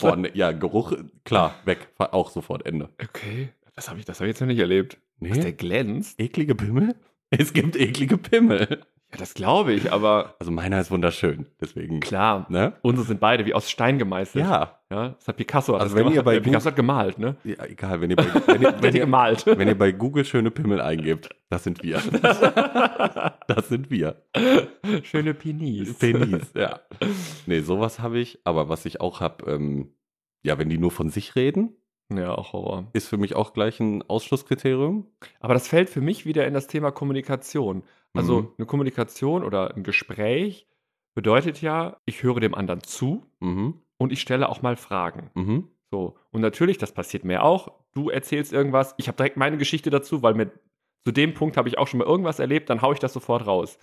[SPEAKER 1] Boah, ne, ja, Geruch, klar, weg. Auch sofort Ende.
[SPEAKER 2] okay, das habe ich, das hab ich jetzt noch nicht erlebt. Dass der
[SPEAKER 1] Nee?
[SPEAKER 2] glänzt?
[SPEAKER 1] Eklige Pimmel? Es gibt eklige Pimmel.
[SPEAKER 2] Ja, das glaube ich, aber
[SPEAKER 1] Also meiner ist wunderschön, deswegen.
[SPEAKER 2] klar.
[SPEAKER 1] Ne?
[SPEAKER 2] Unsere sind beide wie aus Stein gemeißelt.
[SPEAKER 1] Ja.
[SPEAKER 2] ja das hat Picasso hat
[SPEAKER 1] Also
[SPEAKER 2] das
[SPEAKER 1] wenn ihr bei
[SPEAKER 2] Ja,
[SPEAKER 1] Gu-
[SPEAKER 2] Picasso hat gemalt, ne?
[SPEAKER 1] ja. Egal, wenn ihr, bei, wenn, ihr, wenn,
[SPEAKER 2] Wenn
[SPEAKER 1] ihr,
[SPEAKER 2] ihr gemalt.
[SPEAKER 1] wenn ihr bei Google schöne Pimmel eingebt, das sind wir. Das sind wir.
[SPEAKER 2] Schöne Penis.
[SPEAKER 1] Penis, ja. Nee, sowas habe ich, aber was ich auch habe, ähm, ja, wenn die nur von sich reden,
[SPEAKER 2] Ja, auch Horror.
[SPEAKER 1] ist für mich auch gleich ein Ausschlusskriterium.
[SPEAKER 2] Aber das fällt für mich wieder in das Thema Kommunikation. Also
[SPEAKER 1] Mhm.
[SPEAKER 2] eine Kommunikation oder ein Gespräch bedeutet ja, ich höre dem anderen zu
[SPEAKER 1] Mhm.
[SPEAKER 2] und ich stelle auch mal Fragen.
[SPEAKER 1] Mhm.
[SPEAKER 2] So. Und natürlich, das passiert mir auch. Du erzählst irgendwas, ich habe direkt meine Geschichte dazu, weil mir zu dem Punkt habe ich auch schon mal irgendwas erlebt, dann haue ich das sofort raus.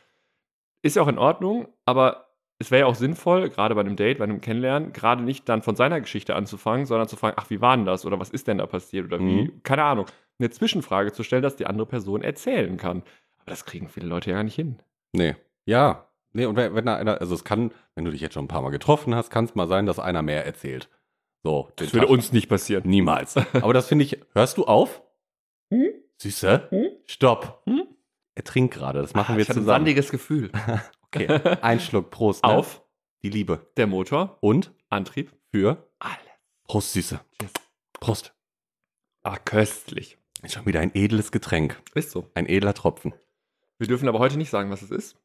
[SPEAKER 2] Ist ja auch in Ordnung, aber es wäre ja auch sinnvoll, gerade bei einem Date, bei einem Kennenlernen, gerade nicht dann von seiner Geschichte anzufangen, sondern zu fragen, ach, wie war denn das? Oder was ist denn da passiert? Oder wie,
[SPEAKER 1] Mhm.
[SPEAKER 2] keine Ahnung, eine Zwischenfrage zu stellen, dass die andere Person erzählen kann. Aber das kriegen viele Leute ja gar nicht hin.
[SPEAKER 1] Nee. Ja. Nee, und wenn, wenn da einer, also es kann, wenn du dich jetzt schon ein paar Mal getroffen hast, kann es mal sein, dass einer mehr erzählt. So, den Tag-
[SPEAKER 2] uns nicht passieren.
[SPEAKER 1] niemals. Aber das finde ich, hörst du auf?
[SPEAKER 2] Hm?
[SPEAKER 1] Süße?
[SPEAKER 2] Hm?
[SPEAKER 1] Stopp.
[SPEAKER 2] Hm?
[SPEAKER 1] Er trinkt gerade, das machen wir
[SPEAKER 2] Ah, ich hatte ein
[SPEAKER 1] zusammen.
[SPEAKER 2] sandiges Gefühl. ne?
[SPEAKER 1] Okay. Ein Schluck, Prost. Ne?
[SPEAKER 2] Auf
[SPEAKER 1] Die Liebe.
[SPEAKER 2] der Motor,
[SPEAKER 1] Und
[SPEAKER 2] Antrieb,
[SPEAKER 1] für
[SPEAKER 2] alle.
[SPEAKER 1] Prost, Süße.
[SPEAKER 2] Cheers.
[SPEAKER 1] Prost.
[SPEAKER 2] Ah, köstlich.
[SPEAKER 1] Ist schon wieder ein edles Getränk.
[SPEAKER 2] Ist so.
[SPEAKER 1] Ein edler Tropfen.
[SPEAKER 2] Wir dürfen aber heute nicht sagen, was es ist,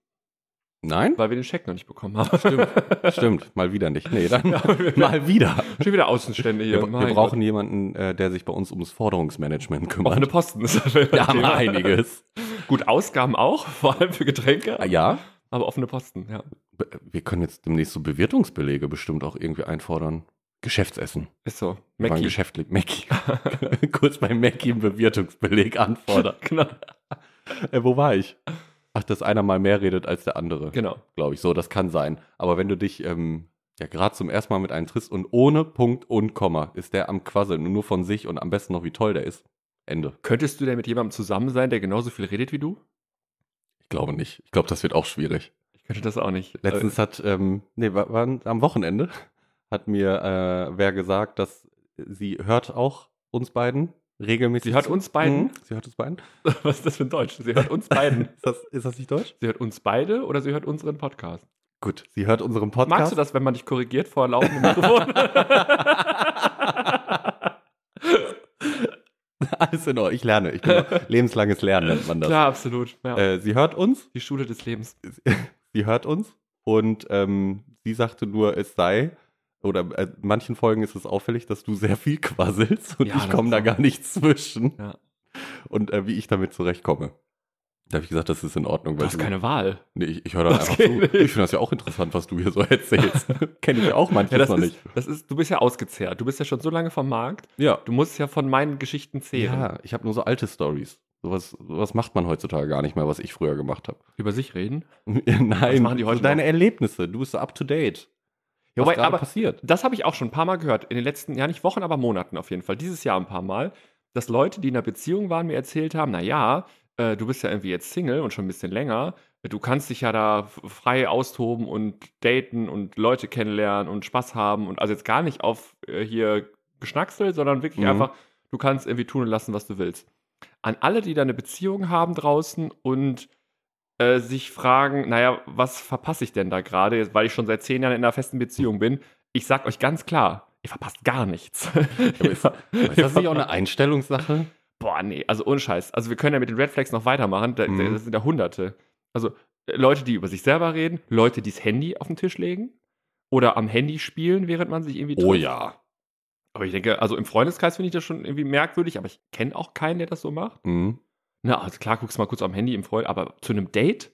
[SPEAKER 1] Nein?
[SPEAKER 2] weil wir den Scheck noch nicht bekommen haben.
[SPEAKER 1] Stimmt. Stimmt. Mal wieder nicht. Nee, dann
[SPEAKER 2] Ja, wir-
[SPEAKER 1] mal wieder.
[SPEAKER 2] Schon wieder Außenstände hier.
[SPEAKER 1] Wir, wir
[SPEAKER 2] Mein
[SPEAKER 1] brauchen jemanden, äh, der sich bei uns ums Forderungsmanagement
[SPEAKER 2] Gott. offene
[SPEAKER 1] kümmert.
[SPEAKER 2] Posten. Ist das ein
[SPEAKER 1] Wir haben
[SPEAKER 2] Thema.
[SPEAKER 1] einiges.
[SPEAKER 2] Gut, Ausgaben auch, vor allem für Getränke,
[SPEAKER 1] Ah, Ja,
[SPEAKER 2] aber offene Posten, ja.
[SPEAKER 1] B- wir können jetzt demnächst so Bewirtungsbelege bestimmt auch irgendwie einfordern. Geschäftsessen.
[SPEAKER 2] Ist so.
[SPEAKER 1] Wir waren
[SPEAKER 2] Mackie.
[SPEAKER 1] geschäftlich. Mackie. Kurz bei Mackie einen Bewirtungsbeleg anfordern.
[SPEAKER 2] genau.
[SPEAKER 1] äh, wo war ich? Ach, dass einer mal mehr redet als der andere,
[SPEAKER 2] genau.
[SPEAKER 1] glaube ich. So, das kann sein. Aber wenn du dich ähm, ja gerade zum ersten Mal mit einem triffst und ohne Punkt und Komma ist der am Quasseln und nur von sich und am besten noch, wie toll der ist. Ende.
[SPEAKER 2] Könntest du denn mit jemandem zusammen sein, der genauso viel redet wie du?
[SPEAKER 1] Ich glaube nicht. Ich glaube, das wird auch schwierig.
[SPEAKER 2] Ich könnte das auch nicht.
[SPEAKER 1] Letztens hat, ähm, nee, war, waren am Wochenende hat mir äh, wer gesagt, dass sie hört auch uns beiden
[SPEAKER 2] Äh, sie
[SPEAKER 1] regelmäßig.
[SPEAKER 2] hört
[SPEAKER 1] zu.
[SPEAKER 2] uns beiden.
[SPEAKER 1] Mhm, sie hört uns beiden.
[SPEAKER 2] Was ist das für ein Deutsch? Sie hört uns beiden.
[SPEAKER 1] Ist das, ist das nicht deutsch?
[SPEAKER 2] Sie hört uns beide oder sie hört unseren Podcast.
[SPEAKER 1] Gut, sie hört unseren Podcast.
[SPEAKER 2] Magst du das, wenn man dich korrigiert vor laufendem
[SPEAKER 1] Alles in Ordnung.
[SPEAKER 2] Mikrofon?
[SPEAKER 1] Also, genau, Ich lerne. Ich bin noch- lebenslanges Lernen nennt man das.
[SPEAKER 2] Klar, absolut. Ja.
[SPEAKER 1] Äh, sie hört uns.
[SPEAKER 2] Die Schule des Lebens.
[SPEAKER 1] Sie hört uns. Und ähm, sie sagte nur, es sei, oder äh, in manchen Folgen ist es auffällig, dass du sehr viel quasselst und
[SPEAKER 2] Ja,
[SPEAKER 1] ich
[SPEAKER 2] das
[SPEAKER 1] komme da
[SPEAKER 2] ist
[SPEAKER 1] gar nicht zwischen.
[SPEAKER 2] Ja.
[SPEAKER 1] Und äh, wie ich damit zurechtkomme. Da habe ich gesagt, das ist in Ordnung.
[SPEAKER 2] Du hast
[SPEAKER 1] sie-
[SPEAKER 2] keine Wahl.
[SPEAKER 1] nee, ich, ich höre dann
[SPEAKER 2] Das
[SPEAKER 1] einfach
[SPEAKER 2] geht
[SPEAKER 1] zu.
[SPEAKER 2] nicht.
[SPEAKER 1] Ich finde das ja auch interessant, was du hier so erzählst. Kenne ich ja auch manches
[SPEAKER 2] Ja, das,
[SPEAKER 1] noch
[SPEAKER 2] ist,
[SPEAKER 1] nicht.
[SPEAKER 2] das ist, du bist ja ausgezehrt. Du bist ja schon so lange vom Markt.
[SPEAKER 1] Ja.
[SPEAKER 2] Du musst ja von meinen Geschichten zehren.
[SPEAKER 1] Ja, ich habe nur so alte Stories. Sowas, sowas macht man heutzutage gar nicht mehr, was ich früher gemacht habe.
[SPEAKER 2] Über sich reden.
[SPEAKER 1] Nein,
[SPEAKER 2] Was machen die heute
[SPEAKER 1] so deine Erlebnisse. Du bist so up to date.
[SPEAKER 2] Ja,
[SPEAKER 1] was
[SPEAKER 2] wobei,
[SPEAKER 1] gerade
[SPEAKER 2] aber-
[SPEAKER 1] passiert.
[SPEAKER 2] Das habe ich auch schon ein paar Mal gehört. In den letzten, ja nicht Wochen, aber Monaten auf jeden Fall. Dieses Jahr ein paar Mal. Dass Leute, die in einer Beziehung waren, mir erzählt haben, naja, äh, du bist ja irgendwie jetzt Single und schon ein bisschen länger. Du kannst dich ja da f- frei austoben und daten und Leute kennenlernen und Spaß haben und also jetzt gar nicht auf äh, hier geschnackselt, sondern wirklich
[SPEAKER 1] Mhm.
[SPEAKER 2] einfach, du kannst irgendwie tun und lassen, was du willst. An alle, die da eine Beziehung haben draußen und äh, sich fragen, naja, was verpasse ich denn da gerade, jetzt, weil ich schon seit zehn Jahren in einer festen Beziehung bin? Ich sag euch ganz klar, ihr verpasst gar nichts.
[SPEAKER 1] aber ist- Ist das nicht auch eine Einstellungssache?
[SPEAKER 2] Boah, nee, also ohne Scheiß. Also wir können ja mit den Red Flags noch weitermachen. Da, da,
[SPEAKER 1] Mhm.
[SPEAKER 2] das sind ja hunderte. Also äh, Leute, die über sich selber reden, Leute, die das Handy auf den Tisch legen oder am Handy spielen, während man sich irgendwie
[SPEAKER 1] Oh
[SPEAKER 2] trifft.
[SPEAKER 1] ja.
[SPEAKER 2] Aber ich denke, also im Freundeskreis finde ich das schon irgendwie merkwürdig, aber ich kenne auch keinen, der das so macht.
[SPEAKER 1] Mhm.
[SPEAKER 2] Na, also klar, guckst mal kurz am Handy im Freund, aber zu einem Date?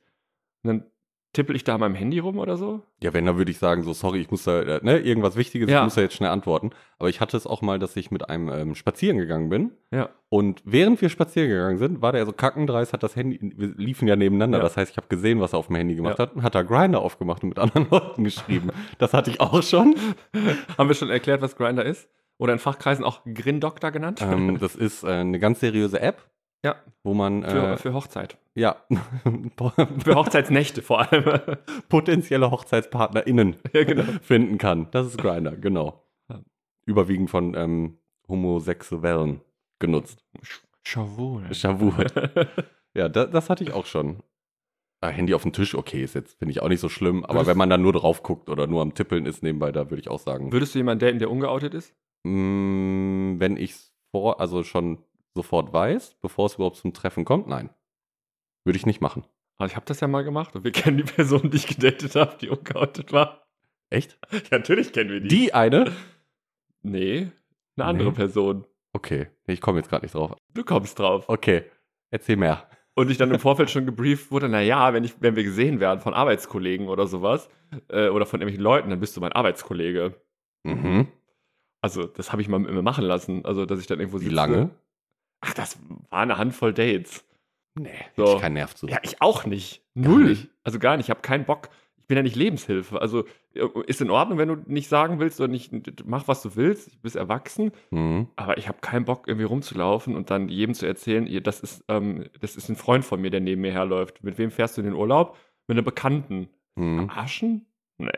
[SPEAKER 2] Und dann tippel ich da an meinem Handy rum oder so?
[SPEAKER 1] Ja, wenn, dann würde ich sagen, so, sorry, ich muss da, äh, ne, irgendwas Wichtiges,
[SPEAKER 2] Ja.
[SPEAKER 1] ich muss da jetzt schnell antworten. Aber ich hatte es auch mal, dass ich mit einem ähm, spazieren gegangen bin.
[SPEAKER 2] Ja.
[SPEAKER 1] Und während wir spazieren gegangen sind, war der so kackendreist, hat das Handy, wir liefen ja nebeneinander.
[SPEAKER 2] Ja.
[SPEAKER 1] Das heißt, ich habe gesehen, was er auf dem Handy gemacht
[SPEAKER 2] Ja.
[SPEAKER 1] hat und hat da Grinder aufgemacht und mit anderen Leuten geschrieben. Das hatte ich auch schon.
[SPEAKER 2] Haben wir schon erklärt, was Grinder ist? Oder in Fachkreisen auch Grindoktor genannt?
[SPEAKER 1] ähm, das ist äh, eine ganz seriöse App.
[SPEAKER 2] Ja.
[SPEAKER 1] Wo man,
[SPEAKER 2] für,
[SPEAKER 1] äh,
[SPEAKER 2] für Hochzeit.
[SPEAKER 1] ja,
[SPEAKER 2] Für Hochzeitsnächte vor allem.
[SPEAKER 1] potenzielle HochzeitspartnerInnen
[SPEAKER 2] ja, genau.
[SPEAKER 1] finden kann. Das ist Grinder, genau.
[SPEAKER 2] Ja.
[SPEAKER 1] Überwiegend von ähm, Homosexuellen genutzt.
[SPEAKER 2] Schawul.
[SPEAKER 1] Schawur. Ja, da, das hatte ich auch schon. Ah, Handy auf dem Tisch, okay, ist jetzt, finde ich auch nicht so schlimm. Aber
[SPEAKER 2] Würdest-
[SPEAKER 1] wenn man dann nur drauf guckt oder nur am Tippeln ist nebenbei, da würde ich auch sagen,
[SPEAKER 2] Würdest du jemanden daten, der ungeoutet ist?
[SPEAKER 1] mm, wenn ich es vor, also schon sofort weiß, bevor es überhaupt zum Treffen kommt, nein. Würde ich nicht machen.
[SPEAKER 2] Also ich habe das ja mal gemacht und wir kennen die Person, die ich gedatet habe, die ungeoutet war.
[SPEAKER 1] Echt?
[SPEAKER 2] Ja, natürlich kennen wir
[SPEAKER 1] Die eine?
[SPEAKER 2] Nee, eine andere
[SPEAKER 1] Nee.
[SPEAKER 2] Person.
[SPEAKER 1] Okay, nee, ich komme jetzt gerade nicht drauf.
[SPEAKER 2] Du kommst drauf.
[SPEAKER 1] Okay, erzähl mehr.
[SPEAKER 2] Und ich dann im Vorfeld schon gebrieft wurde, naja, wenn, ich, wenn wir gesehen werden von Arbeitskollegen oder sowas äh, oder von irgendwelchen Leuten, dann bist du mein Arbeitskollege.
[SPEAKER 1] Mhm.
[SPEAKER 2] Also das habe ich mal immer machen lassen. Also dass ich dann irgendwo
[SPEAKER 1] Wie
[SPEAKER 2] sitze.
[SPEAKER 1] lange?
[SPEAKER 2] Ach, das war eine Handvoll Dates.
[SPEAKER 1] Nee,
[SPEAKER 2] So.
[SPEAKER 1] so. ich keinen Nerv zu.
[SPEAKER 2] Ja, ich auch nicht. Null.
[SPEAKER 1] nicht.
[SPEAKER 2] Also gar nicht. Ich habe keinen Bock. Ich bin ja nicht Lebenshilfe. Also äh, ist in Ordnung, wenn du nicht sagen willst oder nicht mach, was du willst. Du bist erwachsen.
[SPEAKER 1] Mhm.
[SPEAKER 2] Aber ich habe keinen Bock, irgendwie rumzulaufen und dann jedem zu erzählen, ihr, das ist, ähm, das ist ein Freund von mir, der neben mir herläuft. Mit wem fährst du in den Urlaub? Mit einem Bekannten.
[SPEAKER 1] Mhm.
[SPEAKER 2] Arschen? Nee.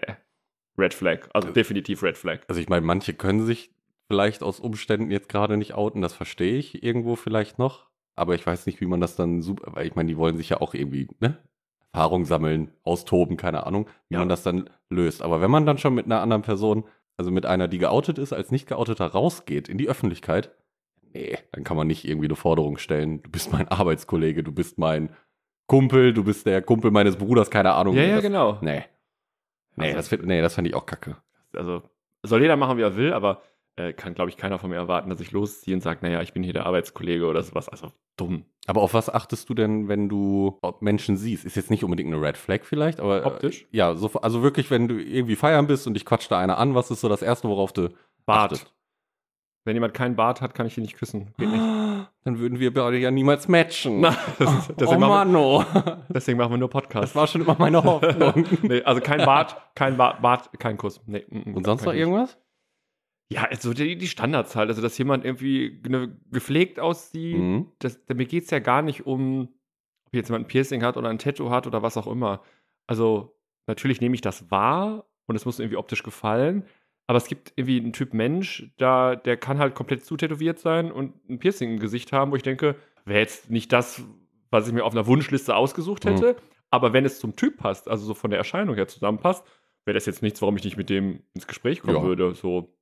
[SPEAKER 2] Red Flag. Also
[SPEAKER 1] Äh.
[SPEAKER 2] definitiv Red Flag.
[SPEAKER 1] Also ich meine, manche können sich vielleicht aus Umständen jetzt gerade nicht outen, das verstehe ich irgendwo vielleicht noch. Aber ich weiß nicht, wie man das dann super, weil ich meine, die wollen sich ja auch irgendwie, ne? Erfahrung sammeln, austoben, keine Ahnung, wie
[SPEAKER 2] Ja.
[SPEAKER 1] man das dann löst. Aber wenn man dann schon mit einer anderen Person, also mit einer, die geoutet ist, als nicht geouteter rausgeht in die Öffentlichkeit, nee, dann kann man nicht irgendwie eine Forderung stellen, du bist mein Arbeitskollege, du bist mein Kumpel, du bist der Kumpel meines Bruders, keine Ahnung.
[SPEAKER 2] Ja,
[SPEAKER 1] Nee,
[SPEAKER 2] ja,
[SPEAKER 1] das,
[SPEAKER 2] genau.
[SPEAKER 1] Nee. Nee,
[SPEAKER 2] Also-
[SPEAKER 1] das find, nee, das fand ich auch kacke.
[SPEAKER 2] also soll jeder machen, wie er will, aber äh, kann, glaube ich, keiner von mir erwarten, dass ich losziehe und sage, naja, ich bin hier der Arbeitskollege oder sowas. Also dumm.
[SPEAKER 1] Aber auf was achtest du denn, wenn du Menschen siehst? Ist jetzt nicht unbedingt eine Red Flag vielleicht, aber.
[SPEAKER 2] Optisch?
[SPEAKER 1] Äh, ja, so, also wirklich, wenn du irgendwie feiern bist und dich quatscht da einer an, was ist so das Erste, worauf du
[SPEAKER 2] Bart.
[SPEAKER 1] achtest?
[SPEAKER 2] Wenn jemand keinen Bart hat, kann ich ihn nicht küssen. Geht nicht.
[SPEAKER 1] Dann würden wir beide ja niemals matchen.
[SPEAKER 2] Na, das ist, deswegen, machen
[SPEAKER 1] oh.
[SPEAKER 2] wir, deswegen machen wir nur Podcasts.
[SPEAKER 1] Das war schon immer meine Hoffnung.
[SPEAKER 2] nee, also kein Bart, kein Bart, Bart kein Kuss. Nee, mm, mm,
[SPEAKER 1] Und sonst noch
[SPEAKER 2] kann ich nicht.
[SPEAKER 1] irgendwas?
[SPEAKER 2] Ja, also die, die Standards halt. Also, dass jemand irgendwie ne, gepflegt aussieht.
[SPEAKER 1] Mhm.
[SPEAKER 2] Das, mir geht es ja gar nicht um, ob jetzt jemand ein Piercing hat oder ein Tattoo hat oder was auch immer. Also, natürlich nehme ich das wahr und es muss irgendwie optisch gefallen. Aber es gibt irgendwie einen Typ Mensch, da, der kann halt komplett zutätowiert sein und ein Piercing im Gesicht haben, wo ich denke, wäre jetzt nicht das, was ich mir auf einer Wunschliste ausgesucht
[SPEAKER 1] Mhm.
[SPEAKER 2] hätte. Aber wenn es zum Typ passt, also so von der Erscheinung her zusammenpasst, wäre das jetzt nichts, warum ich nicht mit dem ins Gespräch kommen
[SPEAKER 1] Ja.
[SPEAKER 2] würde. So,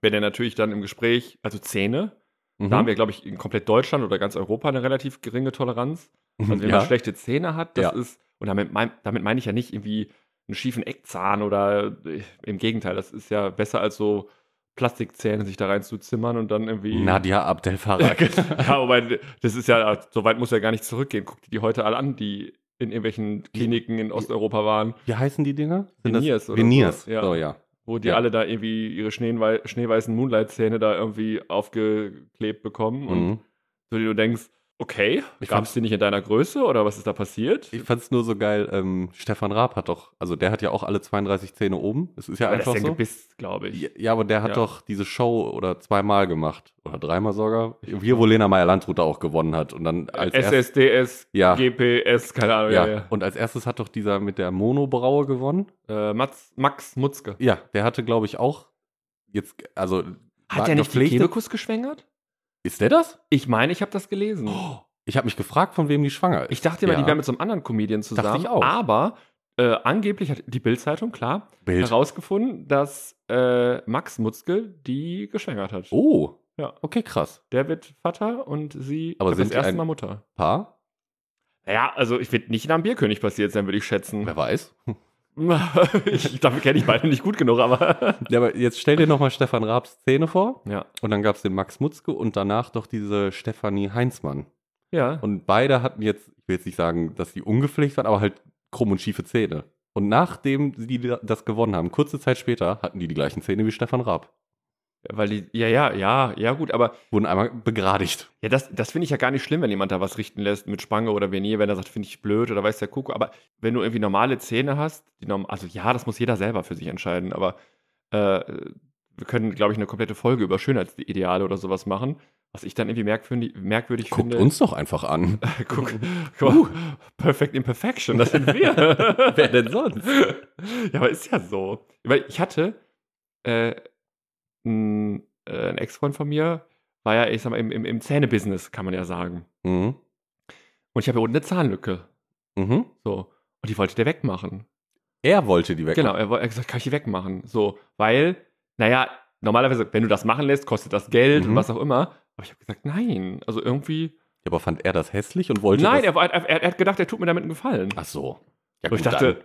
[SPEAKER 2] wenn er natürlich dann im Gespräch, also Zähne,
[SPEAKER 1] Mhm.
[SPEAKER 2] da haben wir, glaube ich, in komplett Deutschland oder ganz Europa eine relativ geringe Toleranz. Also wenn
[SPEAKER 1] Mhm. ja.
[SPEAKER 2] man schlechte Zähne hat, das
[SPEAKER 1] Ja.
[SPEAKER 2] ist, und damit, mein, damit meine ich ja nicht irgendwie einen schiefen Eckzahn oder äh, im Gegenteil, das ist ja besser als so Plastikzähne sich da reinzuzimmern und dann irgendwie.
[SPEAKER 1] Nadia Abdel Farag.
[SPEAKER 2] ja, wobei, das ist ja, so weit muss ja gar nicht zurückgehen. Guck dir die heute alle an, die in irgendwelchen Kliniken in Osteuropa waren,
[SPEAKER 1] Wie heißen die Dinger? Sind das-
[SPEAKER 2] Veneers oder
[SPEAKER 1] Veneers.
[SPEAKER 2] so, ja.
[SPEAKER 1] So, ja.
[SPEAKER 2] wo die
[SPEAKER 1] Ja.
[SPEAKER 2] alle da irgendwie ihre schneewei- schneeweißen Moonlight-Zähne da irgendwie aufgeklebt bekommen und
[SPEAKER 1] Mhm.
[SPEAKER 2] so die du denkst, Okay,
[SPEAKER 1] Ich
[SPEAKER 2] gab es die nicht in deiner Größe oder was ist da passiert?
[SPEAKER 1] Ich fand's nur so geil, ähm, Stefan Raab hat doch, also der hat ja auch alle 32 Zähne oben. Es ist ja
[SPEAKER 2] Aber das
[SPEAKER 1] einfach
[SPEAKER 2] ist ja ein
[SPEAKER 1] so.
[SPEAKER 2] Gebiss, glaube ich.
[SPEAKER 1] Ja, ja, aber der hat
[SPEAKER 2] Ja.
[SPEAKER 1] doch diese Show oder zweimal gemacht. Oder dreimal sogar. Hier, wo Lena Meyer-Landrut da auch gewonnen hat. Und dann als erstes.
[SPEAKER 2] SSDS,
[SPEAKER 1] Ja,
[SPEAKER 2] GPS, keine Ahnung.
[SPEAKER 1] ja,
[SPEAKER 2] Ja, ja.
[SPEAKER 1] Und als erstes hat doch dieser mit der Monobraue gewonnen.
[SPEAKER 2] Äh, Mats, Max Mutzke.
[SPEAKER 1] Ja, der hatte, glaube ich, auch jetzt, also. war
[SPEAKER 2] der
[SPEAKER 1] gepflegte-
[SPEAKER 2] geschwängert?
[SPEAKER 1] Ist der das?
[SPEAKER 2] Ich meine, ich habe das gelesen.
[SPEAKER 1] Oh, ich habe mich gefragt, von wem die schwanger ist.
[SPEAKER 2] Ich dachte immer,
[SPEAKER 1] Ja.
[SPEAKER 2] die wäre mit so einem anderen Comedian zusammen.
[SPEAKER 1] ich auch.
[SPEAKER 2] Aber äh, angeblich hat die Bild-Zeitung, klar,
[SPEAKER 1] Bild.
[SPEAKER 2] herausgefunden, dass äh, Max Mutzke die geschwängert hat.
[SPEAKER 1] Oh.
[SPEAKER 2] Ja.
[SPEAKER 1] Okay, krass.
[SPEAKER 2] Der wird Vater und sie
[SPEAKER 1] Aber
[SPEAKER 2] ich glaub,
[SPEAKER 1] sind
[SPEAKER 2] das
[SPEAKER 1] die
[SPEAKER 2] erste
[SPEAKER 1] ein-
[SPEAKER 2] Mal Mutter.
[SPEAKER 1] Paar?
[SPEAKER 2] Ja, also ich wird nicht nach dem Bierkönig passiert sein, würde ich schätzen.
[SPEAKER 1] Wer weiß.
[SPEAKER 2] ich, dafür kenne ich beide nicht gut genug, aber.
[SPEAKER 1] Ja, aber jetzt stell dir nochmal Stefan Raabs Szene vor.
[SPEAKER 2] Ja.
[SPEAKER 1] Und dann gab es den Max Mutzke und danach doch diese Stefanie Heinzmann.
[SPEAKER 2] Ja.
[SPEAKER 1] Und beide hatten jetzt, ich will jetzt nicht sagen, dass sie ungepflegt waren, aber halt krumm und schiefe Zähne. Und nachdem sie da- das gewonnen haben, kurze Zeit später, hatten die die gleichen Zähne wie Stefan Raab.
[SPEAKER 2] Weil die, ja, ja, ja, ja, gut, aber
[SPEAKER 1] Wurden einmal begradigt.
[SPEAKER 2] ja, das, das finde ich ja gar nicht schlimm, wenn jemand da was richten lässt mit Spange oder Venier, wenn er sagt, finde ich blöd oder weiß der Kuckuck. Aber wenn du irgendwie normale Zähne hast, die norm also ja, das muss jeder selber für sich entscheiden, aber äh, wir können, glaube ich, eine komplette Folge über Schönheitsideale oder sowas machen, was ich dann irgendwie merkwürdig, merkwürdig
[SPEAKER 1] Guckt
[SPEAKER 2] finde.
[SPEAKER 1] uns doch einfach an.
[SPEAKER 2] Guck, guck mal, Perfect Imperfection, das sind wir.
[SPEAKER 1] Wer denn sonst?
[SPEAKER 2] ja, aber ist ja so. Weil ich hatte äh, ein, äh, ein Ex-Freund von mir, war ja, ich sag mal, im, im, im Zähnebusiness, kann man ja sagen.
[SPEAKER 1] Mhm.
[SPEAKER 2] Und ich habe ja unten eine Zahnlücke.
[SPEAKER 1] Mhm.
[SPEAKER 2] So. Und die wollte der wegmachen.
[SPEAKER 1] Er wollte die weg.
[SPEAKER 2] Genau, er wollte- er hat gesagt, kann ich die wegmachen? So, weil, naja, normalerweise, wenn du das machen lässt, kostet das Geld und
[SPEAKER 1] Mhm.
[SPEAKER 2] was auch immer. Aber ich habe gesagt, nein. Also irgendwie.
[SPEAKER 1] Ja, aber fand er das hässlich und wollte
[SPEAKER 2] Nein,
[SPEAKER 1] das...
[SPEAKER 2] er, war- er, er hat gedacht, er tut mir damit einen Gefallen.
[SPEAKER 1] Ach so. Ja,
[SPEAKER 2] und ich
[SPEAKER 1] gut,
[SPEAKER 2] dachte,
[SPEAKER 1] dann.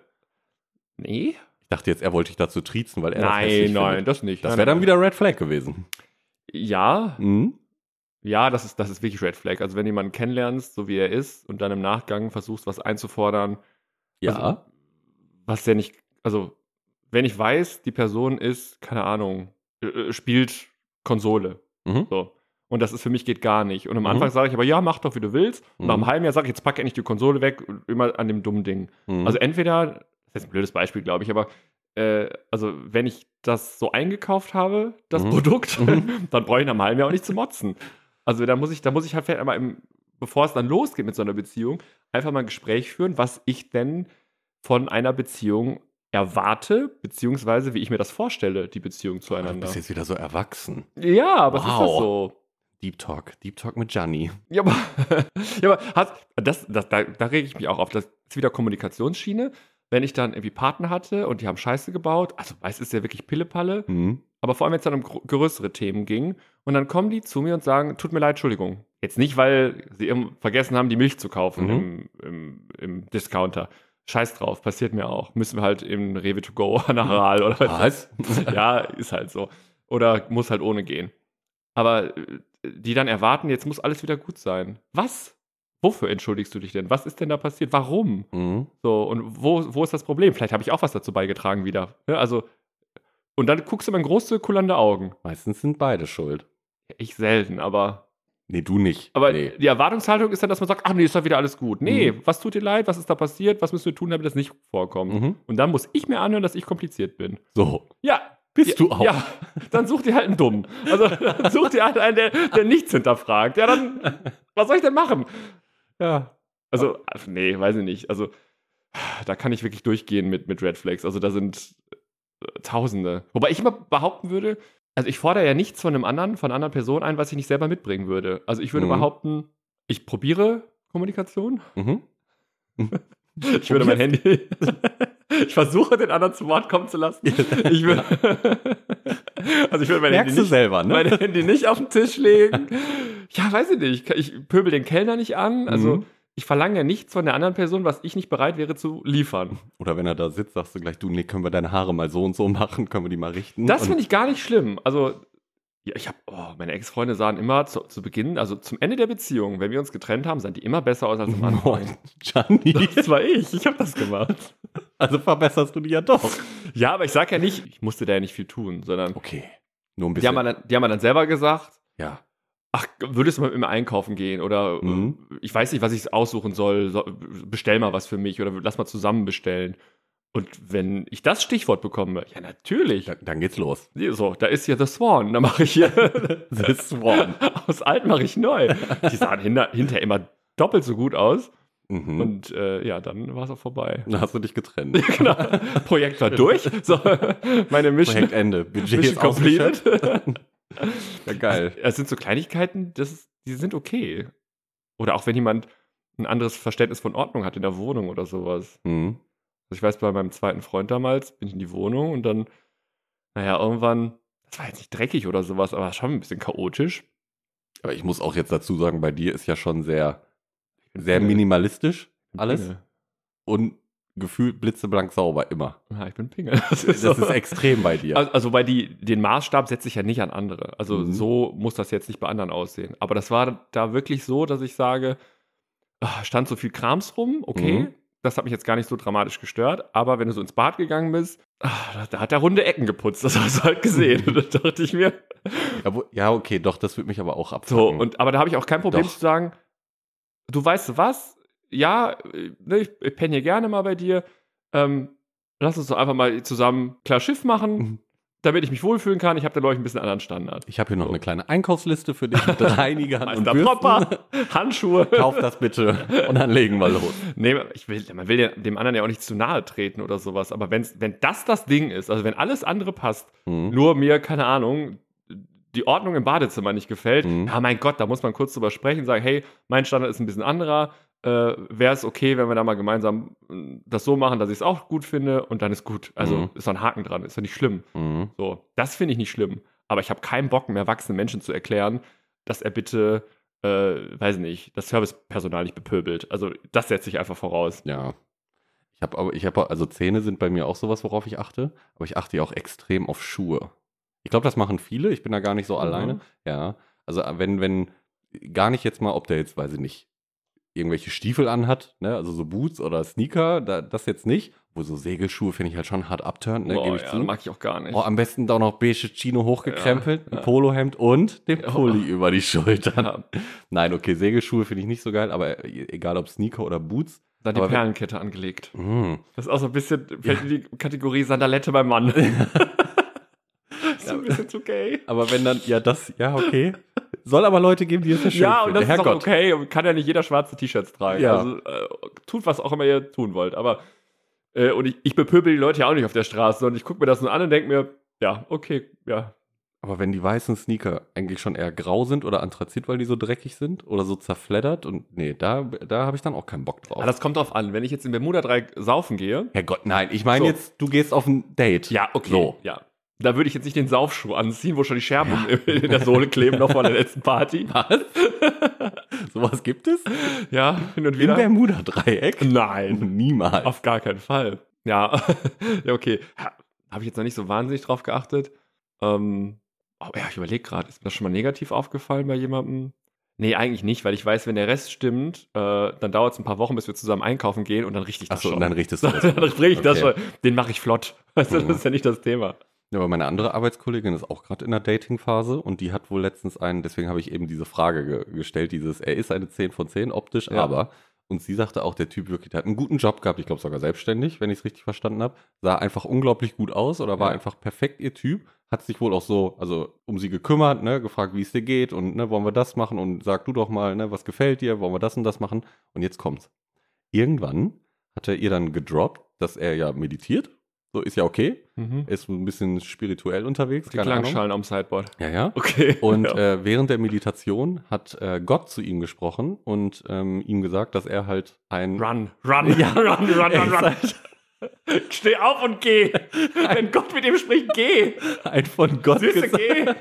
[SPEAKER 2] nee.
[SPEAKER 1] ich dachte jetzt, er wollte dich dazu triezen, weil er das
[SPEAKER 2] Nein,
[SPEAKER 1] hässlich
[SPEAKER 2] nein,
[SPEAKER 1] findet.
[SPEAKER 2] das nicht.
[SPEAKER 1] Das
[SPEAKER 2] Nein,
[SPEAKER 1] wäre dann
[SPEAKER 2] nein.
[SPEAKER 1] wieder Red Flag gewesen.
[SPEAKER 2] Ja,
[SPEAKER 1] Mhm.
[SPEAKER 2] ja, das ist, das ist wirklich Red Flag. Also, wenn du jemanden kennenlernst, so wie er ist, und dann im Nachgang versuchst, was einzufordern,
[SPEAKER 1] Ja.
[SPEAKER 2] Also, was der nicht, also, wenn ich weiß, die Person ist, keine Ahnung, äh, äh, spielt Konsole.
[SPEAKER 1] Mhm.
[SPEAKER 2] So. Und das ist für mich geht gar nicht. Und am
[SPEAKER 1] Mhm.
[SPEAKER 2] Anfang sage ich aber, ja, mach doch, wie du willst. Und nach
[SPEAKER 1] Mhm.
[SPEAKER 2] einem halben Jahr sage ich, jetzt pack endlich die Konsole weg, und immer an dem dummen Ding.
[SPEAKER 1] Mhm.
[SPEAKER 2] Also entweder, das ist jetzt ein blödes Beispiel, glaube ich, aber äh, also wenn ich das so eingekauft habe, das
[SPEAKER 1] Mhm.
[SPEAKER 2] Produkt,
[SPEAKER 1] Mhm.
[SPEAKER 2] dann brauche ich nach einem halben Jahr auch nicht zu motzen. Also da muss ich, da muss ich halt vielleicht einmal, im, bevor es dann losgeht mit so einer Beziehung, einfach mal ein Gespräch führen, was ich denn von einer Beziehung erwarte, beziehungsweise wie ich mir das vorstelle, die Beziehung
[SPEAKER 1] du
[SPEAKER 2] zueinander.
[SPEAKER 1] bist jetzt wieder so erwachsen.
[SPEAKER 2] Ja, aber es ist das
[SPEAKER 1] Wow.
[SPEAKER 2] so?
[SPEAKER 1] Deep Talk. Deep Talk mit Gianni.
[SPEAKER 2] Ja, aber, ja, aber hast, das, das, da, da rege ich mich auch auf. Das ist wieder Kommunikationsschiene. Wenn ich dann irgendwie Partner hatte und die haben Scheiße gebaut, also weiß ist ja wirklich Pillepalle,
[SPEAKER 1] Mhm.
[SPEAKER 2] aber vor allem wenn es dann um gro- größere Themen ging und dann kommen die zu mir und sagen, tut mir leid, Entschuldigung. Jetzt nicht, weil sie eben vergessen haben, die Milch zu kaufen
[SPEAKER 1] Mhm.
[SPEAKER 2] im, im, im Discounter. Scheiß drauf, passiert mir auch. Müssen wir halt im Rewe to go an Aral oder
[SPEAKER 1] Was?
[SPEAKER 2] ja, ist halt so. Oder muss halt ohne gehen. Aber äh, die dann erwarten, jetzt muss alles wieder gut sein. Was? Wofür entschuldigst du dich denn? Was ist denn da passiert? Warum?
[SPEAKER 1] Mhm.
[SPEAKER 2] So, und wo, wo ist das Problem? Vielleicht habe ich auch was dazu beigetragen wieder. Ne? Also, und dann guckst du immer in große, kullernde Augen.
[SPEAKER 1] Meistens sind beide schuld.
[SPEAKER 2] Ich selten, aber.
[SPEAKER 1] Nee, du nicht.
[SPEAKER 2] Aber
[SPEAKER 1] nee.
[SPEAKER 2] die Erwartungshaltung ist dann, dass man sagt: Ach nee, ist doch wieder alles gut. Nee,
[SPEAKER 1] Mhm.
[SPEAKER 2] was tut dir leid? Was ist da passiert? Was müssen wir tun, damit das nicht vorkommt?
[SPEAKER 1] Mhm.
[SPEAKER 2] Und dann muss ich mir anhören, dass ich kompliziert bin.
[SPEAKER 1] So.
[SPEAKER 2] Ja.
[SPEAKER 1] Bist
[SPEAKER 2] ja,
[SPEAKER 1] du auch.
[SPEAKER 2] Ja, dann such dir halt einen Dummen. Also dann such dir halt einen, der, der nichts hinterfragt. Ja, dann, was soll ich denn machen?
[SPEAKER 1] Ja.
[SPEAKER 2] Also, ach, nee, weiß ich nicht. Also, da kann ich wirklich durchgehen mit, mit Red Flags. Also, da sind äh, Tausende. Wobei ich immer behaupten würde, also ich fordere ja nichts von einem anderen, von einer anderen Person ein, was ich nicht selber mitbringen würde. Also, ich würde
[SPEAKER 1] Mhm.
[SPEAKER 2] behaupten, ich probiere Kommunikation.
[SPEAKER 1] Mhm.
[SPEAKER 2] Ich würde mein Handy. Ich versuche, den anderen zu Wort kommen zu lassen. Ich würde. Also, ich würde mein
[SPEAKER 1] Merkst
[SPEAKER 2] Handy
[SPEAKER 1] du
[SPEAKER 2] nicht
[SPEAKER 1] selber, ne?
[SPEAKER 2] mein Handy nicht auf den Tisch legen. Ja, weiß ich nicht. Ich pöbel den Kellner nicht an. Also
[SPEAKER 1] Mhm.
[SPEAKER 2] ich verlange ja nichts von der anderen Person, was ich nicht bereit wäre zu liefern.
[SPEAKER 1] Oder wenn er da sitzt, sagst du gleich, du, Nick, können wir deine Haare mal so und so machen, können wir die mal richten?
[SPEAKER 2] Das
[SPEAKER 1] Und-
[SPEAKER 2] finde ich gar nicht schlimm. Also ja, ich habe, oh, meine Ex-Freunde sahen immer zu, zu Beginn, also zum Ende der Beziehung, wenn wir uns getrennt haben, sahen die immer besser aus als am Anfang.
[SPEAKER 1] Moin, Gianni.
[SPEAKER 2] Das war ich. Ich habe das gemacht.
[SPEAKER 1] Also verbesserst du die ja doch.
[SPEAKER 2] Ja, aber ich sage ja nicht, ich musste da ja nicht viel tun, sondern
[SPEAKER 1] Okay. Nur ein
[SPEAKER 2] die haben,
[SPEAKER 1] bisschen.
[SPEAKER 2] mir dann, die haben mir dann selber gesagt,
[SPEAKER 1] Ja.
[SPEAKER 2] ach, würdest du mal im Einkaufen gehen oder äh,
[SPEAKER 1] Mhm.
[SPEAKER 2] ich weiß nicht, was ich aussuchen soll, so, bestell mal was für mich oder lass mal zusammen bestellen. Und wenn ich das Stichwort bekomme, ja natürlich.
[SPEAKER 1] Dann, dann geht's los.
[SPEAKER 2] so, da ist ja The Swan, da mache ich hier
[SPEAKER 1] The Swan.
[SPEAKER 2] aus alt mache ich neu. Die sahen hinter, hinterher immer doppelt so gut aus
[SPEAKER 1] Mhm.
[SPEAKER 2] und äh, ja, dann war es auch vorbei.
[SPEAKER 1] dann hast du dich getrennt.
[SPEAKER 2] genau. Projekt war durch. So, meine Mission,
[SPEAKER 1] Projekt Ende. Budget
[SPEAKER 2] Mission
[SPEAKER 1] ist completed.
[SPEAKER 2] completed.
[SPEAKER 1] Ja, geil.
[SPEAKER 2] Also, Es sind so Kleinigkeiten, das ist, die sind okay. Oder auch wenn jemand ein anderes Verständnis von Ordnung hat in der Wohnung oder sowas.
[SPEAKER 1] Mhm.
[SPEAKER 2] Also ich weiß, bei meinem zweiten Freund damals bin ich in die Wohnung und dann, naja, irgendwann, das war jetzt nicht dreckig oder sowas, aber schon ein bisschen chaotisch.
[SPEAKER 1] Aber ich muss auch jetzt dazu sagen, bei dir ist ja schon sehr, sehr minimalistisch alles
[SPEAKER 2] Pingel.
[SPEAKER 1] und gefühlt blitzeblank sauber immer.
[SPEAKER 2] Ja, ich bin Pingel. Das
[SPEAKER 1] Das
[SPEAKER 2] so.
[SPEAKER 1] ist extrem bei dir.
[SPEAKER 2] Also, also weil die, den Maßstab setze ich ja nicht an andere. Also
[SPEAKER 1] Mhm.
[SPEAKER 2] so muss das jetzt nicht bei anderen aussehen. Aber das war da wirklich so, dass ich sage, ah, stand so viel Krams rum, okay,
[SPEAKER 1] Mhm.
[SPEAKER 2] das hat mich jetzt gar nicht so dramatisch gestört. Aber wenn du so ins Bad gegangen bist, ah, da hat er runde Ecken geputzt. Das hast du halt gesehen. Und da dachte ich mir,
[SPEAKER 1] Ja, wo- ja, okay, doch, das wird mich aber auch abfacken.
[SPEAKER 2] so, und, aber da habe ich auch kein Problem
[SPEAKER 1] Doch.
[SPEAKER 2] zu sagen, du weißt was, ja, äh, ne, ich, ich penne hier gerne mal bei dir. Ähm, lass uns doch einfach mal zusammen klar Schiff machen,
[SPEAKER 1] Mhm.
[SPEAKER 2] damit ich mich wohlfühlen kann. Ich habe da, glaube ich, ein bisschen anderen Standard.
[SPEAKER 1] ich habe hier noch eine kleine Einkaufsliste für dich mit Reinigern und
[SPEAKER 2] Meister
[SPEAKER 1] Bürsten.
[SPEAKER 2] Popper, Handschuhe.
[SPEAKER 1] Kauf das bitte und dann legen wir los.
[SPEAKER 2] Nee, ich will, man will ja dem anderen ja auch nicht zu nahe treten oder sowas. Aber wenn's, wenn das das Ding ist, also wenn alles andere passt,
[SPEAKER 1] Mhm.
[SPEAKER 2] nur mir, keine Ahnung, die Ordnung im Badezimmer nicht gefällt,
[SPEAKER 1] Mhm.
[SPEAKER 2] ja, mein Gott, da muss man kurz drüber sprechen, sagen, hey, mein Standard ist ein bisschen anderer, äh, wäre es okay, wenn wir da mal gemeinsam äh, das so machen, dass ich es auch gut finde und dann ist gut. Also
[SPEAKER 1] Mhm.
[SPEAKER 2] ist da ein Haken dran, ist ja nicht schlimm.
[SPEAKER 1] Mhm.
[SPEAKER 2] So, das finde ich nicht schlimm, aber ich habe keinen Bock, einem erwachsenen Menschen zu erklären, dass er bitte, äh, weiß nicht, das Servicepersonal nicht bepöbelt. Also das setze ich einfach voraus.
[SPEAKER 1] Ja. Ich habe aber, ich habe, also Zähne sind bei mir auch sowas, worauf ich achte, aber ich achte ja auch extrem auf Schuhe. Ich glaube, das machen viele, ich bin da gar nicht
[SPEAKER 2] Mhm.
[SPEAKER 1] so alleine. Ja. Also äh, wenn, wenn, gar nicht jetzt mal, ob der jetzt, weiß ich nicht, irgendwelche Stiefel anhat, ne, also so Boots oder Sneaker, da, das jetzt nicht. Wo so Segelschuhe finde ich halt schon hart abturnt, ne,
[SPEAKER 2] Boah,
[SPEAKER 1] gebe ich
[SPEAKER 2] ja,
[SPEAKER 1] zu.
[SPEAKER 2] mag ich auch gar nicht.
[SPEAKER 1] Oh, am besten da auch noch beige Chino hochgekrempelt,
[SPEAKER 2] Ja, ja.
[SPEAKER 1] ein Polohemd und den
[SPEAKER 2] Ja.
[SPEAKER 1] Pulli über die Schultern.
[SPEAKER 2] ja,
[SPEAKER 1] Nein, okay, Segelschuhe finde ich nicht so geil, aber e- egal ob Sneaker oder Boots.
[SPEAKER 2] dann die
[SPEAKER 1] Aber wenn-
[SPEAKER 2] Perlenkette angelegt.
[SPEAKER 1] Mm.
[SPEAKER 2] Das ist auch so ein bisschen fällt in die Kategorie Sandalette beim Mann. ist so ein bisschen zu gay.
[SPEAKER 1] Aber wenn dann, ja, das, ja, okay. Soll aber Leute geben, die es nicht schön
[SPEAKER 2] Ja, und
[SPEAKER 1] finden.
[SPEAKER 2] das ist auch okay. Und kann ja nicht jeder schwarze T-Shirts tragen.
[SPEAKER 1] Ja.
[SPEAKER 2] Also äh, tut, was auch immer ihr tun wollt. Aber äh, und ich, ich bepöbel die Leute ja auch nicht auf der Straße, sondern ich gucke mir das nur an und denke mir, ja, okay, ja.
[SPEAKER 1] Aber wenn die weißen Sneaker eigentlich schon eher grau sind oder anthrazit, weil die so dreckig sind oder so zerfleddert und nee, da, da habe ich dann auch keinen Bock drauf.
[SPEAKER 2] Aber Ah, das kommt drauf an. Wenn ich jetzt in Bermuda-Dreieck saufen gehe,
[SPEAKER 1] Herrgott, nein, ich meine
[SPEAKER 2] So.
[SPEAKER 1] jetzt, du gehst auf ein Date.
[SPEAKER 2] ja, okay,
[SPEAKER 1] So.
[SPEAKER 2] ja. Da würde ich jetzt nicht den Saufschuh anziehen, wo schon die Scherben in der Sohle kleben, noch von der letzten Party. Was?
[SPEAKER 1] Sowas gibt es?
[SPEAKER 2] Ja, hin und
[SPEAKER 1] Im
[SPEAKER 2] wieder.
[SPEAKER 1] Bermuda-Dreieck?
[SPEAKER 2] Nein.
[SPEAKER 1] Niemals.
[SPEAKER 2] Auf gar keinen Fall. Ja, ja okay. Habe ich jetzt noch nicht so wahnsinnig drauf geachtet. Ähm, oh, ja, ich überlege gerade, ist mir das schon mal negativ aufgefallen bei jemandem? Nee, eigentlich nicht, weil ich weiß, wenn der Rest stimmt, äh, dann dauert es ein paar Wochen, bis wir zusammen einkaufen gehen und dann richte ich das
[SPEAKER 1] Achso,
[SPEAKER 2] schon.
[SPEAKER 1] und dann richtest du das.
[SPEAKER 2] dann bringe ich das schon.
[SPEAKER 1] Okay.
[SPEAKER 2] Den mache ich flott. Also,
[SPEAKER 1] Mhm.
[SPEAKER 2] Das ist ja nicht das Thema.
[SPEAKER 1] Ja, aber meine andere Arbeitskollegin ist auch gerade in der Dating-Phase und die hat wohl letztens einen, deswegen habe ich eben diese Frage ge gestellt, dieses, er ist eine 10 von 10 optisch,
[SPEAKER 2] Ja.
[SPEAKER 1] aber, und sie sagte auch, der Typ wirklich, der hat einen guten Job gehabt, ich glaube sogar selbstständig, wenn ich es richtig verstanden habe, sah einfach unglaublich gut aus oder war
[SPEAKER 2] Ja.
[SPEAKER 1] einfach perfekt ihr Typ, hat sich wohl auch so, also um sie gekümmert, ne, gefragt, wie es dir geht und, ne, wollen wir das machen und sag du doch mal, ne, was gefällt dir, wollen wir das und das machen und jetzt kommt's. Irgendwann hat er ihr dann gedroppt, dass er ja meditiert, so ist ja okay,
[SPEAKER 2] Mhm.
[SPEAKER 1] ist ein bisschen spirituell unterwegs.
[SPEAKER 2] Die
[SPEAKER 1] keine Ahnung.
[SPEAKER 2] Klangschalen am Sideboard.
[SPEAKER 1] Ja, ja.
[SPEAKER 2] Okay.
[SPEAKER 1] Und
[SPEAKER 2] ja.
[SPEAKER 1] äh, während der Meditation hat äh, Gott zu ihm gesprochen und ähm, ihm gesagt, dass er halt ein.
[SPEAKER 2] Run, run,
[SPEAKER 1] Ja.
[SPEAKER 2] run, run,
[SPEAKER 1] Er
[SPEAKER 2] run,
[SPEAKER 1] ist
[SPEAKER 2] run.
[SPEAKER 1] halt
[SPEAKER 2] Steh auf und geh. Wenn Gott mit ihm spricht, geh.
[SPEAKER 1] ein von Gott
[SPEAKER 2] Süße,
[SPEAKER 1] gesandter,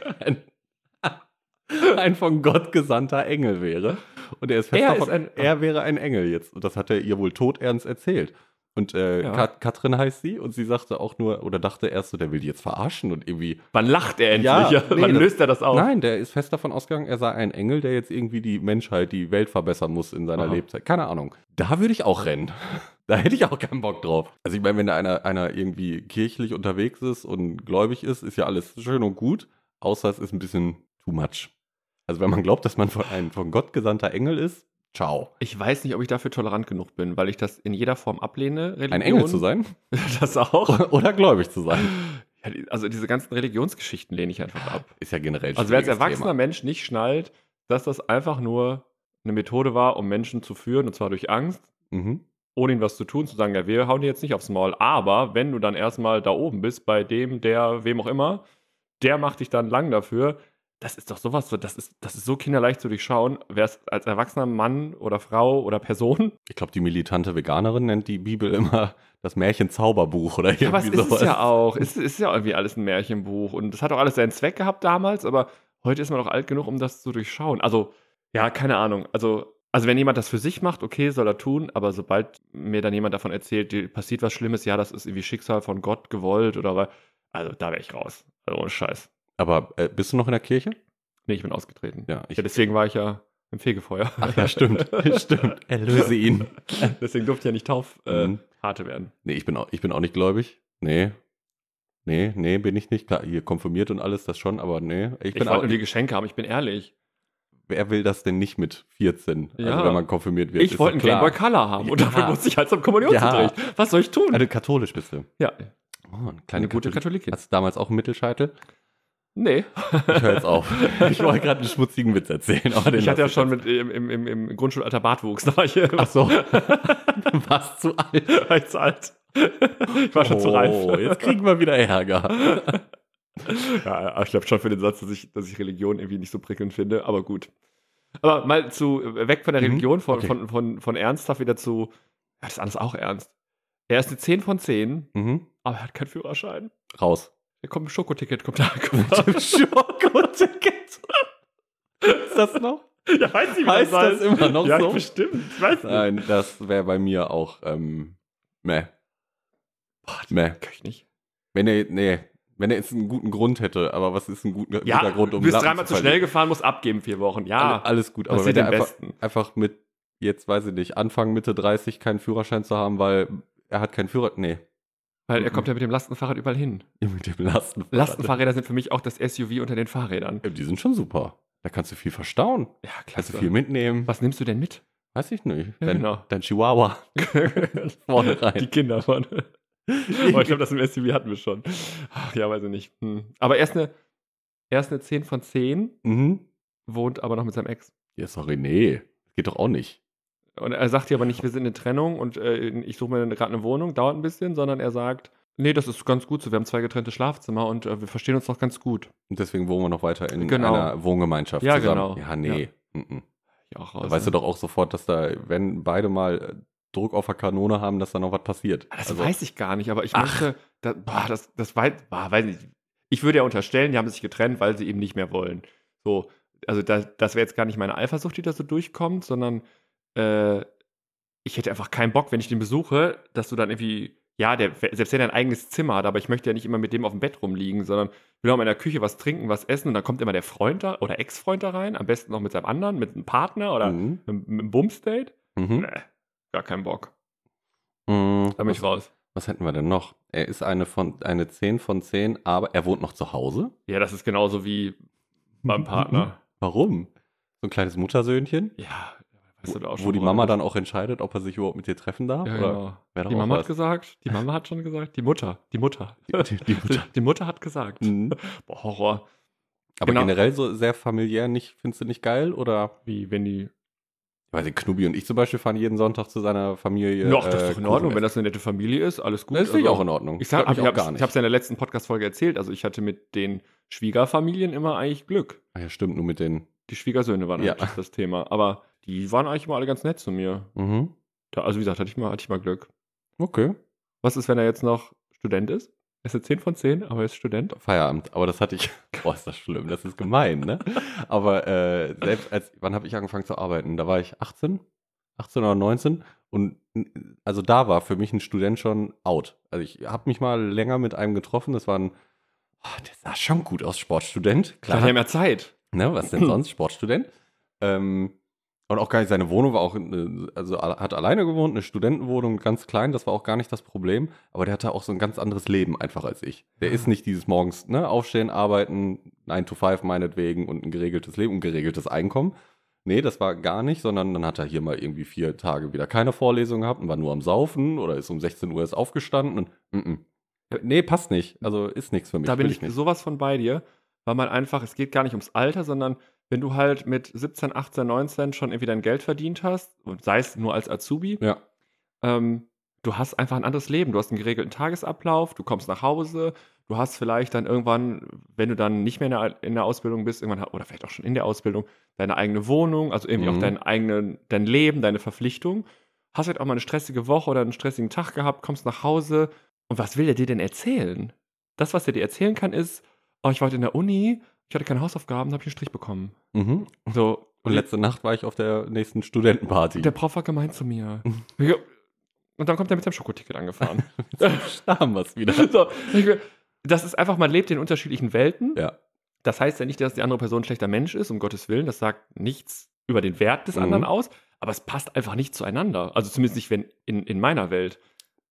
[SPEAKER 2] geh.
[SPEAKER 1] ein von Gott gesandter Engel wäre. Und er ist fest
[SPEAKER 2] Er
[SPEAKER 1] davon,
[SPEAKER 2] ist ein-
[SPEAKER 1] er wäre ein Engel jetzt. Und das hat er ihr wohl todernst erzählt. Und äh,
[SPEAKER 2] Ja.
[SPEAKER 1] Kat Katrin heißt sie und sie sagte auch nur, oder dachte erst so, der will die jetzt verarschen und irgendwie
[SPEAKER 2] Wann lacht er endlich?
[SPEAKER 1] Ja,
[SPEAKER 2] Ja,
[SPEAKER 1] nee,
[SPEAKER 2] Wann
[SPEAKER 1] das-
[SPEAKER 2] löst er das auf?
[SPEAKER 1] Nein, der ist fest davon ausgegangen, er sei ein Engel, der jetzt irgendwie die Menschheit, die Welt verbessern muss in seiner
[SPEAKER 2] Aha.
[SPEAKER 1] Lebzeit. Keine Ahnung. Da würde ich auch rennen. Da hätte ich auch keinen Bock drauf. Also ich meine, wenn da einer, einer irgendwie kirchlich unterwegs ist und gläubig ist, ist ja alles schön und gut, außer es ist ein bisschen too much. Also wenn man glaubt, dass man von ein von Gott gesandter Engel ist, ciao.
[SPEAKER 2] Ich weiß nicht, ob ich dafür tolerant genug bin, weil ich das in jeder Form ablehne. Religion,
[SPEAKER 1] Ein Engel zu sein
[SPEAKER 2] Das auch.
[SPEAKER 1] oder gläubig zu sein,
[SPEAKER 2] Ja, die- Also diese ganzen Religionsgeschichten lehne ich einfach ab.
[SPEAKER 1] ist ja generell
[SPEAKER 2] Also wer als
[SPEAKER 1] schwieriges
[SPEAKER 2] erwachsener
[SPEAKER 1] Thema.
[SPEAKER 2] Mensch nicht schnallt, dass das einfach nur eine Methode war, um Menschen zu führen, und zwar durch Angst,
[SPEAKER 1] Mhm.
[SPEAKER 2] ohne ihnen was zu tun, zu sagen, ja, wir hauen dir jetzt nicht aufs Maul. Aber wenn du dann erstmal da oben bist, bei dem, der, wem auch immer, der macht dich dann lang dafür. Das ist doch sowas, das ist, das ist so kinderleicht zu durchschauen. Wer es als erwachsener Mann oder Frau oder Person
[SPEAKER 1] Ich glaube, die militante Veganerin nennt die Bibel immer das Märchen-Zauberbuch oder irgendwie
[SPEAKER 2] Ja, aber es ist
[SPEAKER 1] sowas.
[SPEAKER 2] es ja auch. Es ist ja irgendwie alles ein Märchenbuch. Und das hat auch alles seinen Zweck gehabt damals, aber heute ist man doch alt genug, um das zu durchschauen. Also, ja, keine Ahnung. Also, also wenn jemand das für sich macht, okay, soll er tun, aber sobald mir dann jemand davon erzählt, dir passiert was Schlimmes, ja, das ist irgendwie Schicksal von Gott gewollt oder was, also da wäre ich raus. Also ohne Scheiß.
[SPEAKER 1] Aber äh, bist du noch in der Kirche?
[SPEAKER 2] Nee, ich bin ausgetreten.
[SPEAKER 1] Ja,
[SPEAKER 2] Ja, deswegen war ich ja im Fegefeuer.
[SPEAKER 1] Ach ja, stimmt. stimmt. Erlöse ihn.
[SPEAKER 2] deswegen durfte ich ja nicht Taufharte
[SPEAKER 1] Mhm.
[SPEAKER 2] werden.
[SPEAKER 1] Nee, ich bin auch, ich bin auch nicht gläubig. Nee. Nee, nee, bin ich nicht. Klar, hier konfirmiert und alles, das schon, aber nee. Ich
[SPEAKER 2] Ich,
[SPEAKER 1] bin
[SPEAKER 2] wollte
[SPEAKER 1] auch,
[SPEAKER 2] nur die Geschenke haben, ich bin ehrlich.
[SPEAKER 1] wer will das denn nicht mit 14?
[SPEAKER 2] Ja.
[SPEAKER 1] Also wenn man konfirmiert wird.
[SPEAKER 2] ich wollte einen
[SPEAKER 1] doch klar.
[SPEAKER 2] Gameboy Color haben und
[SPEAKER 1] Ja.
[SPEAKER 2] dafür musste ich halt zum Kommunionsunterricht. Was soll ich tun?
[SPEAKER 1] Also katholisch bist du.
[SPEAKER 2] ja,
[SPEAKER 1] Oh, eine
[SPEAKER 2] eine
[SPEAKER 1] kleine
[SPEAKER 2] gute
[SPEAKER 1] Katholikin.
[SPEAKER 2] Katholikin.
[SPEAKER 1] Hast du damals auch einen Mittelscheitel?
[SPEAKER 2] Nee,
[SPEAKER 1] Ich höre jetzt auf. ich wollte gerade einen schmutzigen Witz erzählen. aber den
[SPEAKER 2] ich hatte ja
[SPEAKER 1] lass
[SPEAKER 2] schon mit, im, im, im, im Grundschulalter Bartwuchs. Da war ich,
[SPEAKER 1] Ach
[SPEAKER 2] war
[SPEAKER 1] so. Warst zu alt.
[SPEAKER 2] ich zu alt. Ich war schon zu
[SPEAKER 1] Oh,
[SPEAKER 2] reif.
[SPEAKER 1] jetzt kriegen wir wieder Ärger.
[SPEAKER 2] Ja, aber ich glaube schon für den Satz, dass ich, dass ich Religion irgendwie nicht so prickelnd finde, aber gut. Aber mal zu, äh, weg von der
[SPEAKER 1] Mhm,
[SPEAKER 2] Religion, von,
[SPEAKER 1] okay.
[SPEAKER 2] von, von, von ernsthaft wieder zu, ja, das ist alles auch ernst. Er ist eine 10 von 10,
[SPEAKER 1] Mhm.
[SPEAKER 2] aber er hat keinen Führerschein.
[SPEAKER 1] Raus.
[SPEAKER 2] Er kommt ein Schokoticket, kommt da.
[SPEAKER 1] Schokoticket. Ist das noch?
[SPEAKER 2] ja, weiß nicht,
[SPEAKER 1] Heißt das immer noch
[SPEAKER 2] ja,
[SPEAKER 1] so?
[SPEAKER 2] bestimmt. Ich weiß nicht.
[SPEAKER 1] Nein, das wäre bei mir auch, ähm, meh. Meh.
[SPEAKER 2] Kann ich nicht.
[SPEAKER 1] Wenn er, nee, wenn er jetzt einen guten Grund hätte, aber was ist ein guter,
[SPEAKER 2] Ja,
[SPEAKER 1] guter Grund, um
[SPEAKER 2] du bist
[SPEAKER 1] Lappen
[SPEAKER 2] dreimal zu
[SPEAKER 1] verlieren?
[SPEAKER 2] schnell gefahren, musst abgeben vier Wochen.
[SPEAKER 1] Alle-
[SPEAKER 2] Ja,
[SPEAKER 1] Alles gut, Also, aber
[SPEAKER 2] passiert
[SPEAKER 1] wenn er
[SPEAKER 2] den
[SPEAKER 1] einfach,
[SPEAKER 2] Besten.
[SPEAKER 1] einfach mit, jetzt weiß ich nicht, Anfang, Mitte 30 keinen Führerschein zu haben, weil er hat keinen Führer, nee,
[SPEAKER 2] Weil er kommt ja mit dem Lastenfahrrad überall hin.
[SPEAKER 1] mit dem Lastenfahrrad.
[SPEAKER 2] Lastenfahrräder sind für mich auch das SUV unter den Fahrrädern.
[SPEAKER 1] Ja, Die sind schon super. Da kannst du viel verstauen,
[SPEAKER 2] Ja,
[SPEAKER 1] kannst du Also viel mitnehmen.
[SPEAKER 2] Was nimmst du denn mit?
[SPEAKER 1] Weiß ich nicht.
[SPEAKER 2] Ja,
[SPEAKER 1] dein,
[SPEAKER 2] genau.
[SPEAKER 1] dein Chihuahua. Vorne rein.
[SPEAKER 2] Die Kinder von. Oh, ich glaube, das im SUV hatten wir schon. Ach, ja, weiß ich nicht. Hm. Aber er ist, eine, er ist eine 10 von 10,
[SPEAKER 1] Mhm.
[SPEAKER 2] wohnt aber noch mit seinem Ex.
[SPEAKER 1] Ja, sorry, nee. Geht doch auch nicht.
[SPEAKER 2] Und er sagt ja aber nicht, wir sind in Trennung und äh, ich suche mir gerade eine Wohnung, dauert ein bisschen, sondern er sagt, nee, das ist ganz gut so, wir haben zwei getrennte Schlafzimmer und äh, wir verstehen uns doch ganz gut.
[SPEAKER 1] Und deswegen wohnen wir noch weiter in
[SPEAKER 2] Genau.
[SPEAKER 1] einer Wohngemeinschaft
[SPEAKER 2] Ja,
[SPEAKER 1] zusammen.
[SPEAKER 2] genau.
[SPEAKER 1] Ja, nee. Mhm.
[SPEAKER 2] Ja, auch ne?
[SPEAKER 1] Da weißt du doch auch sofort, dass da, wenn beide mal äh, Druck auf der Kanone haben, dass da noch was passiert.
[SPEAKER 2] Das
[SPEAKER 1] Also,
[SPEAKER 2] weiß ich gar nicht, aber ich
[SPEAKER 1] Ach.
[SPEAKER 2] möchte, da, boah, das, das wei- boah, weiß nicht. Ich würde ja unterstellen, die haben sich getrennt, weil sie eben nicht mehr wollen. So, also da, das wäre jetzt gar nicht meine Eifersucht, die da so durchkommt, sondern äh, ich hätte einfach keinen Bock, wenn ich den besuche, dass du dann irgendwie, ja, der, selbst wenn er ein eigenes Zimmer hat, aber ich möchte ja nicht immer mit dem auf dem Bett rumliegen, sondern ich will auch mal in der Küche was trinken, was essen und dann kommt immer der Freund da oder Ex-Freund da rein, am besten noch mit seinem anderen, mit einem Partner oder
[SPEAKER 1] Mhm.
[SPEAKER 2] mit einem Bumsdate.
[SPEAKER 1] Mhm.
[SPEAKER 2] Nee, gar keinen Bock.
[SPEAKER 1] Mhm.
[SPEAKER 2] Da bin ich
[SPEAKER 1] Was,
[SPEAKER 2] raus.
[SPEAKER 1] was hätten wir denn noch? Er ist eine, von, eine 10 von 10, aber er wohnt noch zu Hause.
[SPEAKER 2] Ja, das ist genauso wie beim Partner.
[SPEAKER 1] Warum? So ein kleines Muttersöhnchen,
[SPEAKER 2] ja, weißt du da auch
[SPEAKER 1] wo
[SPEAKER 2] schon.
[SPEAKER 1] die
[SPEAKER 2] woran
[SPEAKER 1] Mama
[SPEAKER 2] das-
[SPEAKER 1] dann auch entscheidet, ob er sich überhaupt mit dir treffen darf.
[SPEAKER 2] Ja,
[SPEAKER 1] oder
[SPEAKER 2] genau.
[SPEAKER 1] wär doch
[SPEAKER 2] Die
[SPEAKER 1] auch
[SPEAKER 2] Mama hat
[SPEAKER 1] was.
[SPEAKER 2] gesagt, die Mama hat schon gesagt, die Mutter, die Mutter.
[SPEAKER 1] Die, die Mutter.
[SPEAKER 2] Die Mutter hat gesagt.
[SPEAKER 1] Mhm.
[SPEAKER 2] Boah, Horror.
[SPEAKER 1] Aber
[SPEAKER 2] Genau.
[SPEAKER 1] generell so sehr familiär nicht, findest du nicht geil? Oder?
[SPEAKER 2] Wie, wenn die.
[SPEAKER 1] Ich weiß nicht, Knubi und ich zum Beispiel fahren jeden Sonntag zu seiner Familie.
[SPEAKER 2] Doch, das ist doch
[SPEAKER 1] äh,
[SPEAKER 2] in Ordnung,
[SPEAKER 1] Kuchen
[SPEAKER 2] wenn das eine nette Familie ist, alles gut.
[SPEAKER 1] essen. Das finde ich
[SPEAKER 2] Also,
[SPEAKER 1] auch in Ordnung.
[SPEAKER 2] Ich, sag,
[SPEAKER 1] Stört
[SPEAKER 2] ich,
[SPEAKER 1] mich auch
[SPEAKER 2] hab's,
[SPEAKER 1] gar nicht.
[SPEAKER 2] ich hab's ja in der letzten Podcast-Folge erzählt. Also, ich hatte mit den Schwiegerfamilien immer eigentlich Glück.
[SPEAKER 1] Ah ja, stimmt, nur mit den.
[SPEAKER 2] Die Schwiegersöhne waren
[SPEAKER 1] Ja.
[SPEAKER 2] eigentlich das Thema. Aber die waren eigentlich immer alle ganz nett zu mir.
[SPEAKER 1] Mhm.
[SPEAKER 2] Da, also, wie gesagt, hatte ich mal, hatte ich mal Glück.
[SPEAKER 1] Okay,
[SPEAKER 2] Was ist, wenn er jetzt noch Student ist? Er ist jetzt 10 von 10, aber er ist Student.
[SPEAKER 1] Feierabend. Aber das hatte ich. Boah, ist das schlimm, das ist gemein, ne? Aber äh, selbst als. Wann habe ich angefangen zu arbeiten? Da war ich 18, 18 oder 19. Und also da war für mich ein Student schon out. Also ich habe mich mal länger mit einem getroffen. Das war ein. Ah, der sah schon gut aus, Sportstudent.
[SPEAKER 2] Klar, die haben ja Zeit.
[SPEAKER 1] Ne, was denn sonst? Sportstudent. Ähm, Und auch gar nicht, seine Wohnung war auch, eine- also a- hat alleine gewohnt, eine Studentenwohnung, ganz klein, das war auch gar nicht das Problem. Aber der hatte auch so ein ganz anderes Leben einfach als ich. Der
[SPEAKER 2] Ah.
[SPEAKER 1] ist nicht dieses morgens, ne, aufstehen, arbeiten, 9 to 5 meinetwegen und ein geregeltes Leben und geregeltes Einkommen. Nee, das war gar nicht, sondern dann hat er hier mal irgendwie vier Tage wieder keine Vorlesung gehabt und war nur am Saufen oder ist um 16 Uhr erst aufgestanden und mm -mm. Nee, passt nicht. Also ist nichts für mich.
[SPEAKER 2] da bin
[SPEAKER 1] will
[SPEAKER 2] ich sowas von bei dir, weil man einfach, es geht gar nicht ums Alter, sondern wenn du halt mit 17, 18, 19 schon irgendwie dein Geld verdient hast, und sei es nur als Azubi,
[SPEAKER 1] Ja.
[SPEAKER 2] ähm, du hast einfach ein anderes Leben. Du hast einen geregelten Tagesablauf, du kommst nach Hause, du hast vielleicht dann irgendwann, wenn du dann nicht mehr in der, in der Ausbildung bist, irgendwann ha- oder vielleicht auch schon in der Ausbildung, deine eigene Wohnung, also irgendwie
[SPEAKER 1] Mhm.
[SPEAKER 2] auch dein eigenen, dein Leben, deine Verpflichtung. Hast halt auch mal eine stressige Woche oder einen stressigen Tag gehabt, kommst nach Hause und was will der dir denn erzählen? Das, was er dir erzählen kann, ist, oh, ich war heute in der Uni, ich hatte keine Hausaufgaben, habe ich einen Strich bekommen.
[SPEAKER 1] Mhm.
[SPEAKER 2] So,
[SPEAKER 1] Und letzte Nacht war ich auf der nächsten Studentenparty.
[SPEAKER 2] der Prof war gemein zu mir.
[SPEAKER 1] Mhm.
[SPEAKER 2] Und dann kommt er mit seinem Schokoticket angefahren.
[SPEAKER 1] da haben wir es wieder.
[SPEAKER 2] so, ich, will- das ist einfach, man lebt in unterschiedlichen Welten.
[SPEAKER 1] Ja.
[SPEAKER 2] Das heißt ja nicht, dass die andere Person ein schlechter Mensch ist, um Gottes Willen. Das sagt nichts über den Wert des
[SPEAKER 1] Mhm.
[SPEAKER 2] anderen aus, aber es passt einfach nicht zueinander. Also zumindest nicht wenn in, in meiner Welt.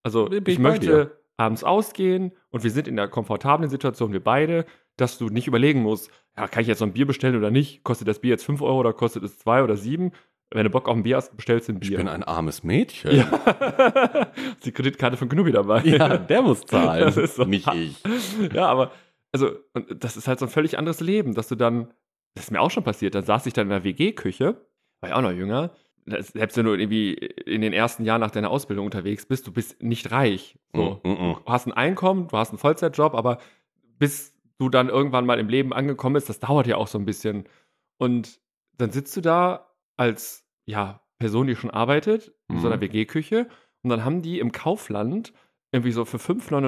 [SPEAKER 2] Also
[SPEAKER 1] Bin ich
[SPEAKER 2] ich
[SPEAKER 1] bei
[SPEAKER 2] möchte abends ausgehen und wir sind in der komfortablen Situation, wir beide, dass du nicht überlegen musst, ja, kann ich jetzt so ein Bier bestellen oder nicht? Kostet das Bier jetzt 5 Euro oder kostet es 2 oder 7? Wenn du Bock auf ein Bier hast, bestellst du ein
[SPEAKER 1] Ich
[SPEAKER 2] Bier.
[SPEAKER 1] bin ein armes Mädchen.
[SPEAKER 2] ja. Ist die Kreditkarte von Knubi dabei.
[SPEAKER 1] Ja, der muss zahlen.
[SPEAKER 2] Das ist so.
[SPEAKER 1] Nicht ich.
[SPEAKER 2] ja, aber also und das ist halt so ein völlig anderes Leben, dass du dann, das ist mir auch schon passiert, dann saß ich dann in der WG-Küche, war ja auch noch jünger, das, selbst wenn du irgendwie in den ersten Jahren nach deiner Ausbildung unterwegs bist, du bist nicht reich. So.
[SPEAKER 1] Mm, mm, mm.
[SPEAKER 2] Du hast ein Einkommen, du hast einen Vollzeitjob, aber bis du dann irgendwann mal im Leben angekommen bist, das dauert ja auch so ein bisschen. Und dann sitzt du da als ja, Person, die schon arbeitet, in so einer
[SPEAKER 1] Mhm.
[SPEAKER 2] WG-Küche, und dann haben die im Kaufland irgendwie so für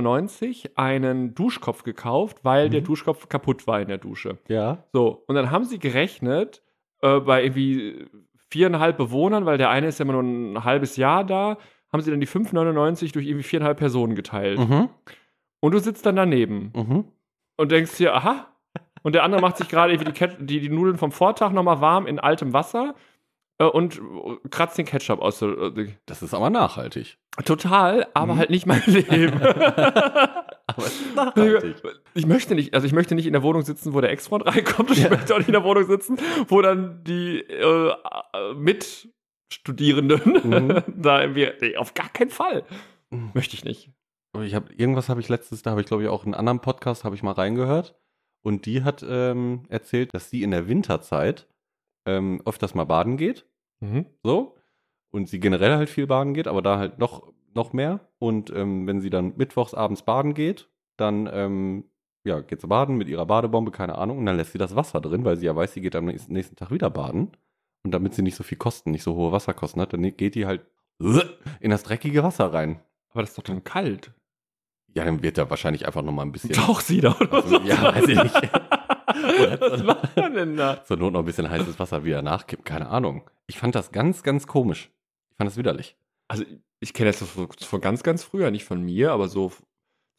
[SPEAKER 2] 5,99 einen Duschkopf gekauft, weil der
[SPEAKER 1] Mhm.
[SPEAKER 2] Duschkopf kaputt war in der Dusche.
[SPEAKER 1] Ja.
[SPEAKER 2] So, und dann haben sie gerechnet äh, bei irgendwie viereinhalb Bewohnern, weil der eine ist ja immer nur ein halbes Jahr da, haben sie dann die 5,99 durch irgendwie viereinhalb Personen geteilt.
[SPEAKER 1] Mhm.
[SPEAKER 2] Und du sitzt dann daneben
[SPEAKER 1] Mhm.
[SPEAKER 2] und denkst dir, aha. Und der andere macht sich gerade irgendwie die, Ket- die, die Nudeln vom Vortag nochmal warm in altem Wasser äh, und äh, kratzt den Ketchup aus. der- Äh,
[SPEAKER 1] Das ist aber nachhaltig.
[SPEAKER 2] total, aber
[SPEAKER 1] Mhm.
[SPEAKER 2] halt nicht mein Leben.
[SPEAKER 1] Aber es ist
[SPEAKER 2] ich möchte nicht, also ich möchte nicht in der Wohnung sitzen, wo der Ex-Freund reinkommt. Ich
[SPEAKER 1] Ja.
[SPEAKER 2] möchte auch nicht in der Wohnung sitzen, wo dann die äh, äh, Mitstudierenden
[SPEAKER 1] Mhm.
[SPEAKER 2] da irgendwie, nee, auf gar keinen Fall.
[SPEAKER 1] Mhm.
[SPEAKER 2] Möchte ich nicht.
[SPEAKER 1] Aber Ich hab, irgendwas habe ich letztens, da habe ich glaube ich auch in einem anderen Podcast, habe ich mal reingehört. Und die hat ähm, erzählt, dass sie in der Winterzeit ähm, öfters mal baden geht. Mhm. So. Und sie generell halt viel baden geht, aber da halt noch, noch mehr. Und ähm, wenn sie dann mittwochs abends baden geht, dann ähm, ja, geht sie baden mit ihrer Badebombe, keine Ahnung. Und dann lässt sie das Wasser drin, weil sie ja weiß, sie geht am nächsten nächsten Tag wieder baden. Und damit sie nicht so viel Kosten, nicht so hohe Wasserkosten hat, dann geht die halt in das dreckige Wasser rein.
[SPEAKER 2] Aber das ist doch dann kalt.
[SPEAKER 1] Ja, dann wird da wahrscheinlich einfach nochmal ein bisschen.
[SPEAKER 2] Taucht sie da oder
[SPEAKER 1] Also,
[SPEAKER 2] so?
[SPEAKER 1] ja, weiß ich nicht.
[SPEAKER 2] Was macht man denn da?
[SPEAKER 1] Zur Not noch ein bisschen heißes Wasser wieder nachkippen, keine Ahnung. Ich fand das ganz, ganz komisch. Ich fand das widerlich.
[SPEAKER 2] Also ich kenne das so von- von ganz, ganz früher, nicht von mir, aber so f-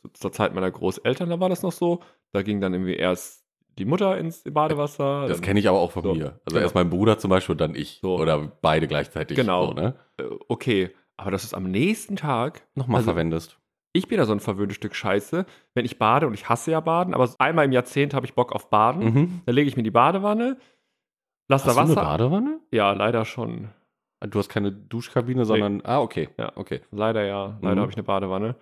[SPEAKER 2] so zur Zeit meiner Großeltern, da war das noch so. Da ging dann irgendwie erst die Mutter ins Badewasser.
[SPEAKER 1] Das
[SPEAKER 2] dann-
[SPEAKER 1] kenne ich aber auch von
[SPEAKER 2] So,
[SPEAKER 1] mir. Also
[SPEAKER 2] genau.
[SPEAKER 1] erst mein Bruder zum Beispiel und dann ich.
[SPEAKER 2] So.
[SPEAKER 1] Oder beide gleichzeitig.
[SPEAKER 2] Genau.
[SPEAKER 1] So, ne?
[SPEAKER 2] Äh, Okay, aber das ist am nächsten Tag.
[SPEAKER 1] Nochmal
[SPEAKER 2] Also-
[SPEAKER 1] verwendest.
[SPEAKER 2] Ich bin ja so ein verwöhntes Stück Scheiße, wenn ich bade und ich hasse ja Baden, aber so einmal im Jahrzehnt habe ich Bock auf Baden.
[SPEAKER 1] Mhm.
[SPEAKER 2] Dann lege ich mir in die Badewanne, lass
[SPEAKER 1] Hast
[SPEAKER 2] da
[SPEAKER 1] du eine
[SPEAKER 2] Hm? Wasser.
[SPEAKER 1] Badewanne? Ah,
[SPEAKER 2] ja, leider schon.
[SPEAKER 1] Du hast keine Duschkabine, sondern. Ah, okay.
[SPEAKER 2] Ja.
[SPEAKER 1] okay.
[SPEAKER 2] Leider ja. Leider
[SPEAKER 1] Mhm.
[SPEAKER 2] habe ich eine Badewanne.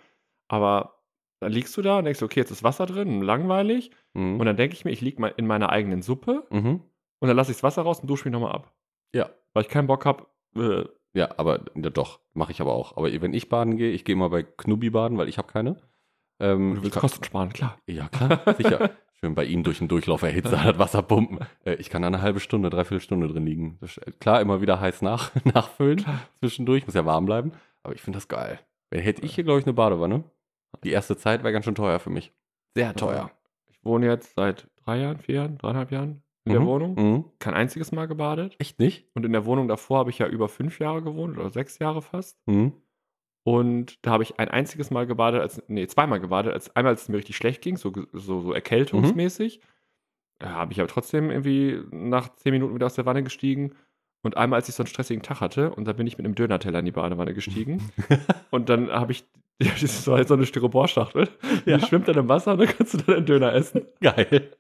[SPEAKER 2] Aber dann liegst du da und denkst, okay, jetzt ist Wasser drin, langweilig.
[SPEAKER 1] Mhm.
[SPEAKER 2] Und dann denke ich mir, ich liege mal in meiner eigenen Suppe
[SPEAKER 1] mhm.
[SPEAKER 2] und dann lasse ich das Wasser raus und dusche mich nochmal ab.
[SPEAKER 1] Ja.
[SPEAKER 2] Weil ich keinen Bock habe. Äh,
[SPEAKER 1] Ja, aber ja, doch, mache ich aber auch. Aber wenn ich baden gehe, ich gehe immer bei Knubbi baden, weil ich habe keine. Ähm,
[SPEAKER 2] du
[SPEAKER 1] ich
[SPEAKER 2] willst
[SPEAKER 1] kann-
[SPEAKER 2] Kosten sparen, klar.
[SPEAKER 1] Ja, klar, sicher. Schön bei ihm durch den Durchlauf erhitzt, das Wasser pumpen. Äh, ich kann da eine halbe Stunde, dreiviertel Stunde drin liegen. Das, ist- äh, klar, immer wieder heiß nach, nachfüllen zwischendurch, muss ja warm bleiben. Aber ich finde das geil. Wenn- Hätte ich hier, glaube ich, eine Badewanne. Die erste Zeit wäre ganz schön teuer für mich. Sehr teuer.
[SPEAKER 2] Ich wohne jetzt seit drei Jahren, vier Jahren, dreieinhalb Jahren in der
[SPEAKER 1] Mhm,
[SPEAKER 2] Wohnung.
[SPEAKER 1] mhm.
[SPEAKER 2] Kein einziges Mal gebadet.
[SPEAKER 1] Echt nicht?
[SPEAKER 2] Und in der Wohnung davor habe ich ja über fünf Jahre gewohnt oder sechs Jahre fast.
[SPEAKER 1] Mhm.
[SPEAKER 2] Und da habe ich ein einziges Mal gebadet, als, nee, zweimal gebadet, als einmal, als es mir richtig schlecht ging, so, ge- so, so Mhm. erkältungsmäßig. Ja, habe ich aber trotzdem irgendwie nach zehn Minuten wieder aus der Wanne gestiegen Und einmal, als ich so einen stressigen Tag hatte, und da bin ich mit einem Dönerteller in die Badewanne gestiegen. und dann habe ich, ja, das ist so halt so eine Styroporschachtel,
[SPEAKER 1] Ja.
[SPEAKER 2] die schwimmt dann im Wasser und dann kannst du dann einen Döner essen.
[SPEAKER 1] Geil.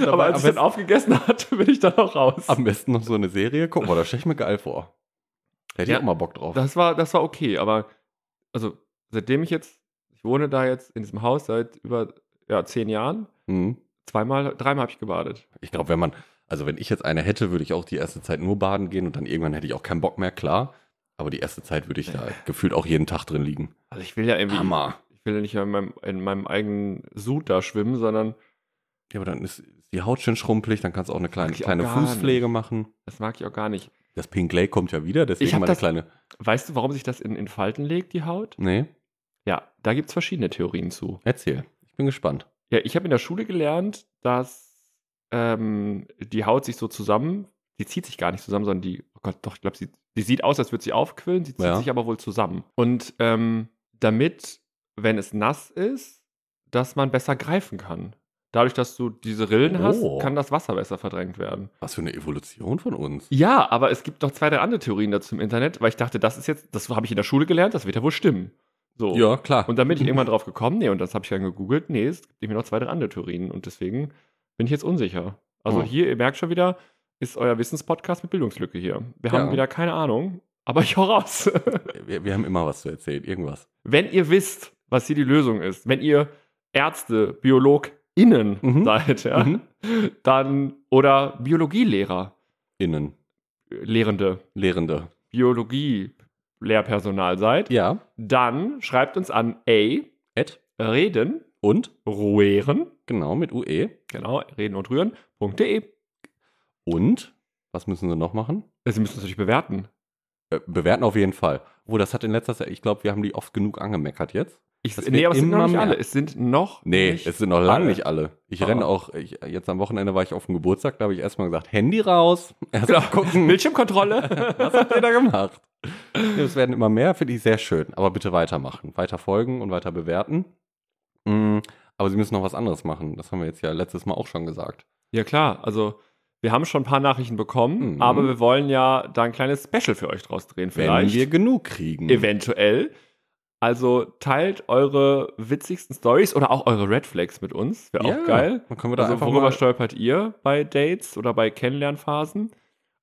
[SPEAKER 2] Aber
[SPEAKER 1] Dabei
[SPEAKER 2] als
[SPEAKER 1] am,
[SPEAKER 2] ich dann
[SPEAKER 1] besten,
[SPEAKER 2] aufgegessen hatte, bin ich dann auch raus.
[SPEAKER 1] am besten noch so eine Serie gucken. Boah, das stelle ich mir geil vor. Hätte
[SPEAKER 2] Ja.
[SPEAKER 1] ich auch mal Bock drauf.
[SPEAKER 2] Das war, das war okay, aber also seitdem ich jetzt, ich wohne da jetzt in diesem Haus seit über ja, zehn Jahren,
[SPEAKER 1] Mhm.
[SPEAKER 2] zweimal, dreimal habe ich gebadet.
[SPEAKER 1] Ich glaube, wenn man, also wenn ich jetzt eine hätte, würde ich auch die erste Zeit nur baden gehen und dann irgendwann hätte ich auch keinen Bock mehr, klar. Aber die erste Zeit würde ich da gefühlt auch jeden Tag drin liegen.
[SPEAKER 2] Also ich will ja irgendwie,
[SPEAKER 1] Hammer.
[SPEAKER 2] ich will ja nicht in meinem, in meinem eigenen Sud da schwimmen, sondern
[SPEAKER 1] Ja, aber dann ist ist die Haut schön schrumpelig, dann kannst du auch eine kleine,
[SPEAKER 2] Mag ich auch
[SPEAKER 1] kleine
[SPEAKER 2] gar nicht.
[SPEAKER 1] Fußpflege machen.
[SPEAKER 2] das mag ich auch gar nicht.
[SPEAKER 1] Das Pink Lake kommt ja wieder,
[SPEAKER 2] Ich
[SPEAKER 1] deswegen
[SPEAKER 2] hab
[SPEAKER 1] mal eine
[SPEAKER 2] das-
[SPEAKER 1] kleine.
[SPEAKER 2] Weißt du, warum sich das in, in Falten legt, die Haut?
[SPEAKER 1] Nee,
[SPEAKER 2] Ja, da gibt es verschiedene Theorien zu.
[SPEAKER 1] erzähl. Ich bin gespannt.
[SPEAKER 2] Ja, ich habe in der Schule gelernt, dass ähm, die Haut sich so zusammen, die zieht sich gar nicht zusammen, sondern die, oh Gott, doch, ich glaube, sie, die sieht aus, als würde sie aufquillen, sie zieht
[SPEAKER 1] Ja.
[SPEAKER 2] sich aber wohl zusammen. Und ähm, damit, wenn es nass ist, dass man besser greifen kann. Dadurch, dass du diese Rillen
[SPEAKER 1] Oh.
[SPEAKER 2] hast, kann das Wasser besser verdrängt werden.
[SPEAKER 1] Was für eine Evolution von uns.
[SPEAKER 2] Ja, aber es gibt noch zwei, drei andere Theorien dazu im Internet, weil ich dachte, das ist jetzt, das habe ich in der Schule gelernt, das wird ja wohl stimmen. So.
[SPEAKER 1] Ja, klar.
[SPEAKER 2] Und dann bin ich irgendwann drauf gekommen, nee, und das habe ich dann gegoogelt, nee, es gibt irgendwie noch zwei, drei andere Theorien und deswegen bin ich jetzt unsicher. Also
[SPEAKER 1] Oh.
[SPEAKER 2] hier, ihr merkt schon wieder, ist euer Wissenspodcast mit Bildungslücke hier. Wir
[SPEAKER 1] Ja.
[SPEAKER 2] haben wieder keine Ahnung, aber ich hau raus.
[SPEAKER 1] wir, wir haben immer was zu erzählen, irgendwas.
[SPEAKER 2] wenn ihr wisst, was hier die Lösung ist, wenn ihr Ärzte, BiologInnen
[SPEAKER 1] Mhm.
[SPEAKER 2] seid, ja,
[SPEAKER 1] Mhm.
[SPEAKER 2] dann oder Biologielehrer,
[SPEAKER 1] Innen.
[SPEAKER 2] äh, Lehrende,
[SPEAKER 1] Lehrende.
[SPEAKER 2] Biologie, Lehrpersonal seid,
[SPEAKER 1] Ja.
[SPEAKER 2] dann schreibt uns an A,
[SPEAKER 1] Ed.
[SPEAKER 2] reden,
[SPEAKER 1] Und?
[SPEAKER 2] ruhren,
[SPEAKER 1] Genau, mit UE.
[SPEAKER 2] Genau, reden und rühren.de.
[SPEAKER 1] Und? Was müssen sie noch machen?
[SPEAKER 2] Also, Sie müssen es natürlich bewerten.
[SPEAKER 1] Äh, bewerten auf jeden Fall. Obwohl, das hat in letzter Zeit, ich glaube, wir haben die oft genug angemeckert jetzt.
[SPEAKER 2] Ich,
[SPEAKER 1] Das
[SPEAKER 2] nee,
[SPEAKER 1] wird
[SPEAKER 2] aber es sind noch
[SPEAKER 1] immer
[SPEAKER 2] nicht
[SPEAKER 1] mehr.
[SPEAKER 2] alle. Es sind noch
[SPEAKER 1] Nee,
[SPEAKER 2] nicht.
[SPEAKER 1] es sind noch lange
[SPEAKER 2] alle.
[SPEAKER 1] nicht alle. Ich
[SPEAKER 2] Ah.
[SPEAKER 1] renne auch, ich, jetzt am Wochenende war ich auf dem Geburtstag, da habe ich erstmal gesagt, Handy raus, erstmal
[SPEAKER 2] Genau.
[SPEAKER 1] gucken, was
[SPEAKER 2] Bildschirmkontrolle.
[SPEAKER 1] habt ihr da gemacht? Nee, es werden immer mehr, finde ich sehr schön. Aber bitte weitermachen, weiter folgen und weiter bewerten. Mm, aber sie müssen noch was anderes machen. Das haben wir jetzt ja letztes Mal auch schon gesagt.
[SPEAKER 2] ja, klar. Also, wir haben schon ein paar Nachrichten bekommen,
[SPEAKER 1] Mhm.
[SPEAKER 2] aber wir wollen ja da ein kleines Special für euch draus drehen,
[SPEAKER 1] Wenn
[SPEAKER 2] vielleicht.
[SPEAKER 1] wir genug kriegen.
[SPEAKER 2] Eventuell. Also, teilt eure witzigsten Stories oder auch eure Red Flags mit uns. Wäre
[SPEAKER 1] Ja,
[SPEAKER 2] auch geil.
[SPEAKER 1] Dann können wir da
[SPEAKER 2] Also,
[SPEAKER 1] einfach
[SPEAKER 2] worüber
[SPEAKER 1] mal
[SPEAKER 2] stolpert ihr bei Dates oder bei Kennenlernphasen?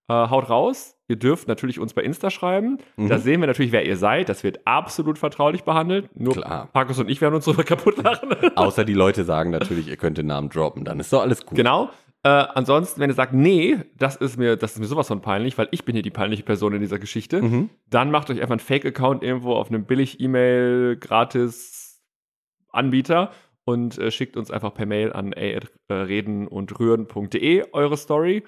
[SPEAKER 2] Äh, haut raus. Ihr dürft natürlich uns bei Insta schreiben.
[SPEAKER 1] Mhm.
[SPEAKER 2] Da sehen wir natürlich, wer ihr seid. Das wird absolut vertraulich behandelt. Nur
[SPEAKER 1] Klar.
[SPEAKER 2] Markus und ich werden uns darüber kaputt lachen.
[SPEAKER 1] Außer die Leute sagen natürlich, ihr könnt den Namen droppen, dann ist doch alles gut.
[SPEAKER 2] genau. Äh, ansonsten, wenn ihr sagt, nee, das ist mir, das ist mir sowas von peinlich, weil ich bin hier die peinliche Person in dieser Geschichte,
[SPEAKER 1] Mhm.
[SPEAKER 2] dann macht euch einfach einen Fake-Account irgendwo auf einem Billig-E-Mail, gratis Anbieter und äh, schickt uns einfach per Mail an a- äh, reden und rühren.de e eure Story.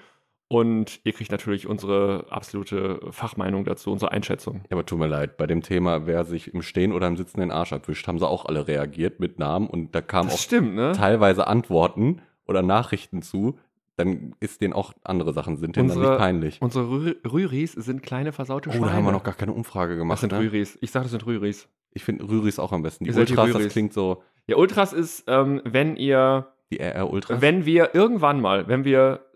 [SPEAKER 2] Und ihr kriegt natürlich unsere absolute Fachmeinung dazu, unsere Einschätzung.
[SPEAKER 1] Ja, aber tut mir leid, bei dem Thema, wer sich im Stehen oder im Sitzen den Arsch abwischt, haben sie auch alle reagiert mit Namen und da kamen
[SPEAKER 2] Das
[SPEAKER 1] auch
[SPEAKER 2] stimmt, ne?
[SPEAKER 1] teilweise Antworten oder Nachrichten zu. Dann ist denen auch andere Sachen, sind denen dann
[SPEAKER 2] Unsere-
[SPEAKER 1] nicht peinlich.
[SPEAKER 2] Unsere Rü- Rüris sind kleine versaute
[SPEAKER 1] Oh,
[SPEAKER 2] Schweine.
[SPEAKER 1] da haben wir noch gar keine Umfrage
[SPEAKER 2] das
[SPEAKER 1] gemacht.
[SPEAKER 2] sind
[SPEAKER 1] Ne?
[SPEAKER 2] Rüris. Ich sage, das sind Rüris.
[SPEAKER 1] Ich finde Rüris auch am besten. Die
[SPEAKER 2] Ihr seid die
[SPEAKER 1] Ultras, das
[SPEAKER 2] Rüris.
[SPEAKER 1] klingt so,
[SPEAKER 2] Ja, Ultras ist, ähm, wenn ihr,
[SPEAKER 1] die RR Ultras.
[SPEAKER 2] wenn wir irgendwann mal, wenn wir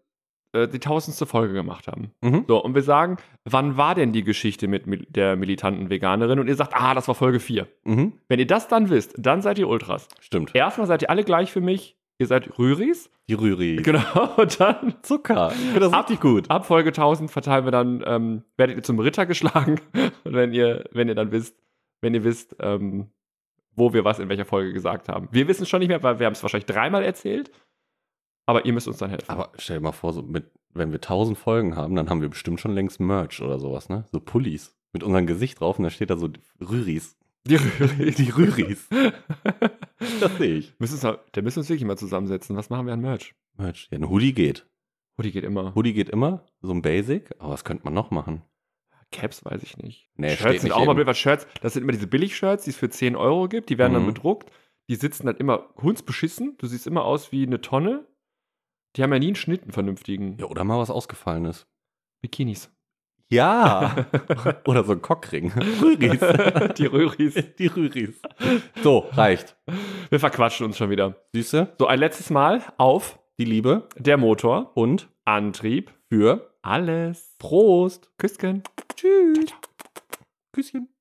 [SPEAKER 2] äh, die tausendste Folge gemacht haben.
[SPEAKER 1] mhm.
[SPEAKER 2] So, und wir sagen, wann war denn die Geschichte mit mil der militanten Veganerin? Und ihr sagt, ah, das war Folge 4.
[SPEAKER 1] Mhm.
[SPEAKER 2] Wenn ihr das dann wisst, dann seid ihr Ultras.
[SPEAKER 1] Stimmt.
[SPEAKER 2] Erstmal seid ihr alle gleich für mich. Ihr seid Rüris.
[SPEAKER 1] Die Rüri.
[SPEAKER 2] Genau. Und dann
[SPEAKER 1] Zucker. Ich finde das
[SPEAKER 2] Ab-
[SPEAKER 1] richtig gut.
[SPEAKER 2] Ab Folge 1000 verteilen wir dann, ähm, werdet ihr zum Ritter geschlagen. Und wenn ihr, wenn ihr dann wisst, wenn ihr wisst, ähm, wo wir was in welcher Folge gesagt haben. Wir wissen es schon nicht mehr, weil wir haben es wahrscheinlich dreimal erzählt. Aber ihr müsst uns dann helfen.
[SPEAKER 1] Aber stell dir mal vor, so mit, wenn wir 1000 Folgen haben, dann haben wir bestimmt schon längst Merch oder sowas, ne? So Pullis mit unserem Gesicht drauf und da steht da so Rüris.
[SPEAKER 2] die Rühre.
[SPEAKER 1] Die Rüris. Das sehe ich.
[SPEAKER 2] müssen uns, mal- da müssen wir uns wirklich mal zusammensetzen. Was machen wir an Merch?
[SPEAKER 1] Merch. Ja, ein Hoodie geht.
[SPEAKER 2] Oh, die geht immer.
[SPEAKER 1] Hoodie geht immer, so ein Basic, aber was könnte man noch machen?
[SPEAKER 2] Caps weiß ich nicht.
[SPEAKER 1] Nee, steht
[SPEAKER 2] Shirts sind
[SPEAKER 1] nicht
[SPEAKER 2] auch mal
[SPEAKER 1] eben.
[SPEAKER 2] blöd, weil Shirts, das sind immer diese Billig-Shirts, die es für 10 Euro gibt, die werden
[SPEAKER 1] Mhm.
[SPEAKER 2] dann bedruckt, die sitzen dann immer hundsbeschissen, du siehst immer aus wie eine Tonne. Die haben ja nie einen Schnitt, einen vernünftigen.
[SPEAKER 1] Ja, oder mal was Ausgefallenes.
[SPEAKER 2] Bikinis.
[SPEAKER 1] Ja. oder so ein Cockring. Rüris.
[SPEAKER 2] die Röhris.
[SPEAKER 1] Die Rüris. So, reicht.
[SPEAKER 2] Wir verquatschen uns schon wieder.
[SPEAKER 1] Süße,
[SPEAKER 2] So, ein letztes Mal auf
[SPEAKER 1] die Liebe
[SPEAKER 2] der Motor,
[SPEAKER 1] und
[SPEAKER 2] Antrieb,
[SPEAKER 1] für
[SPEAKER 2] alles.
[SPEAKER 1] Prost.
[SPEAKER 2] Küsschen.
[SPEAKER 1] Tschüss. Küsschen.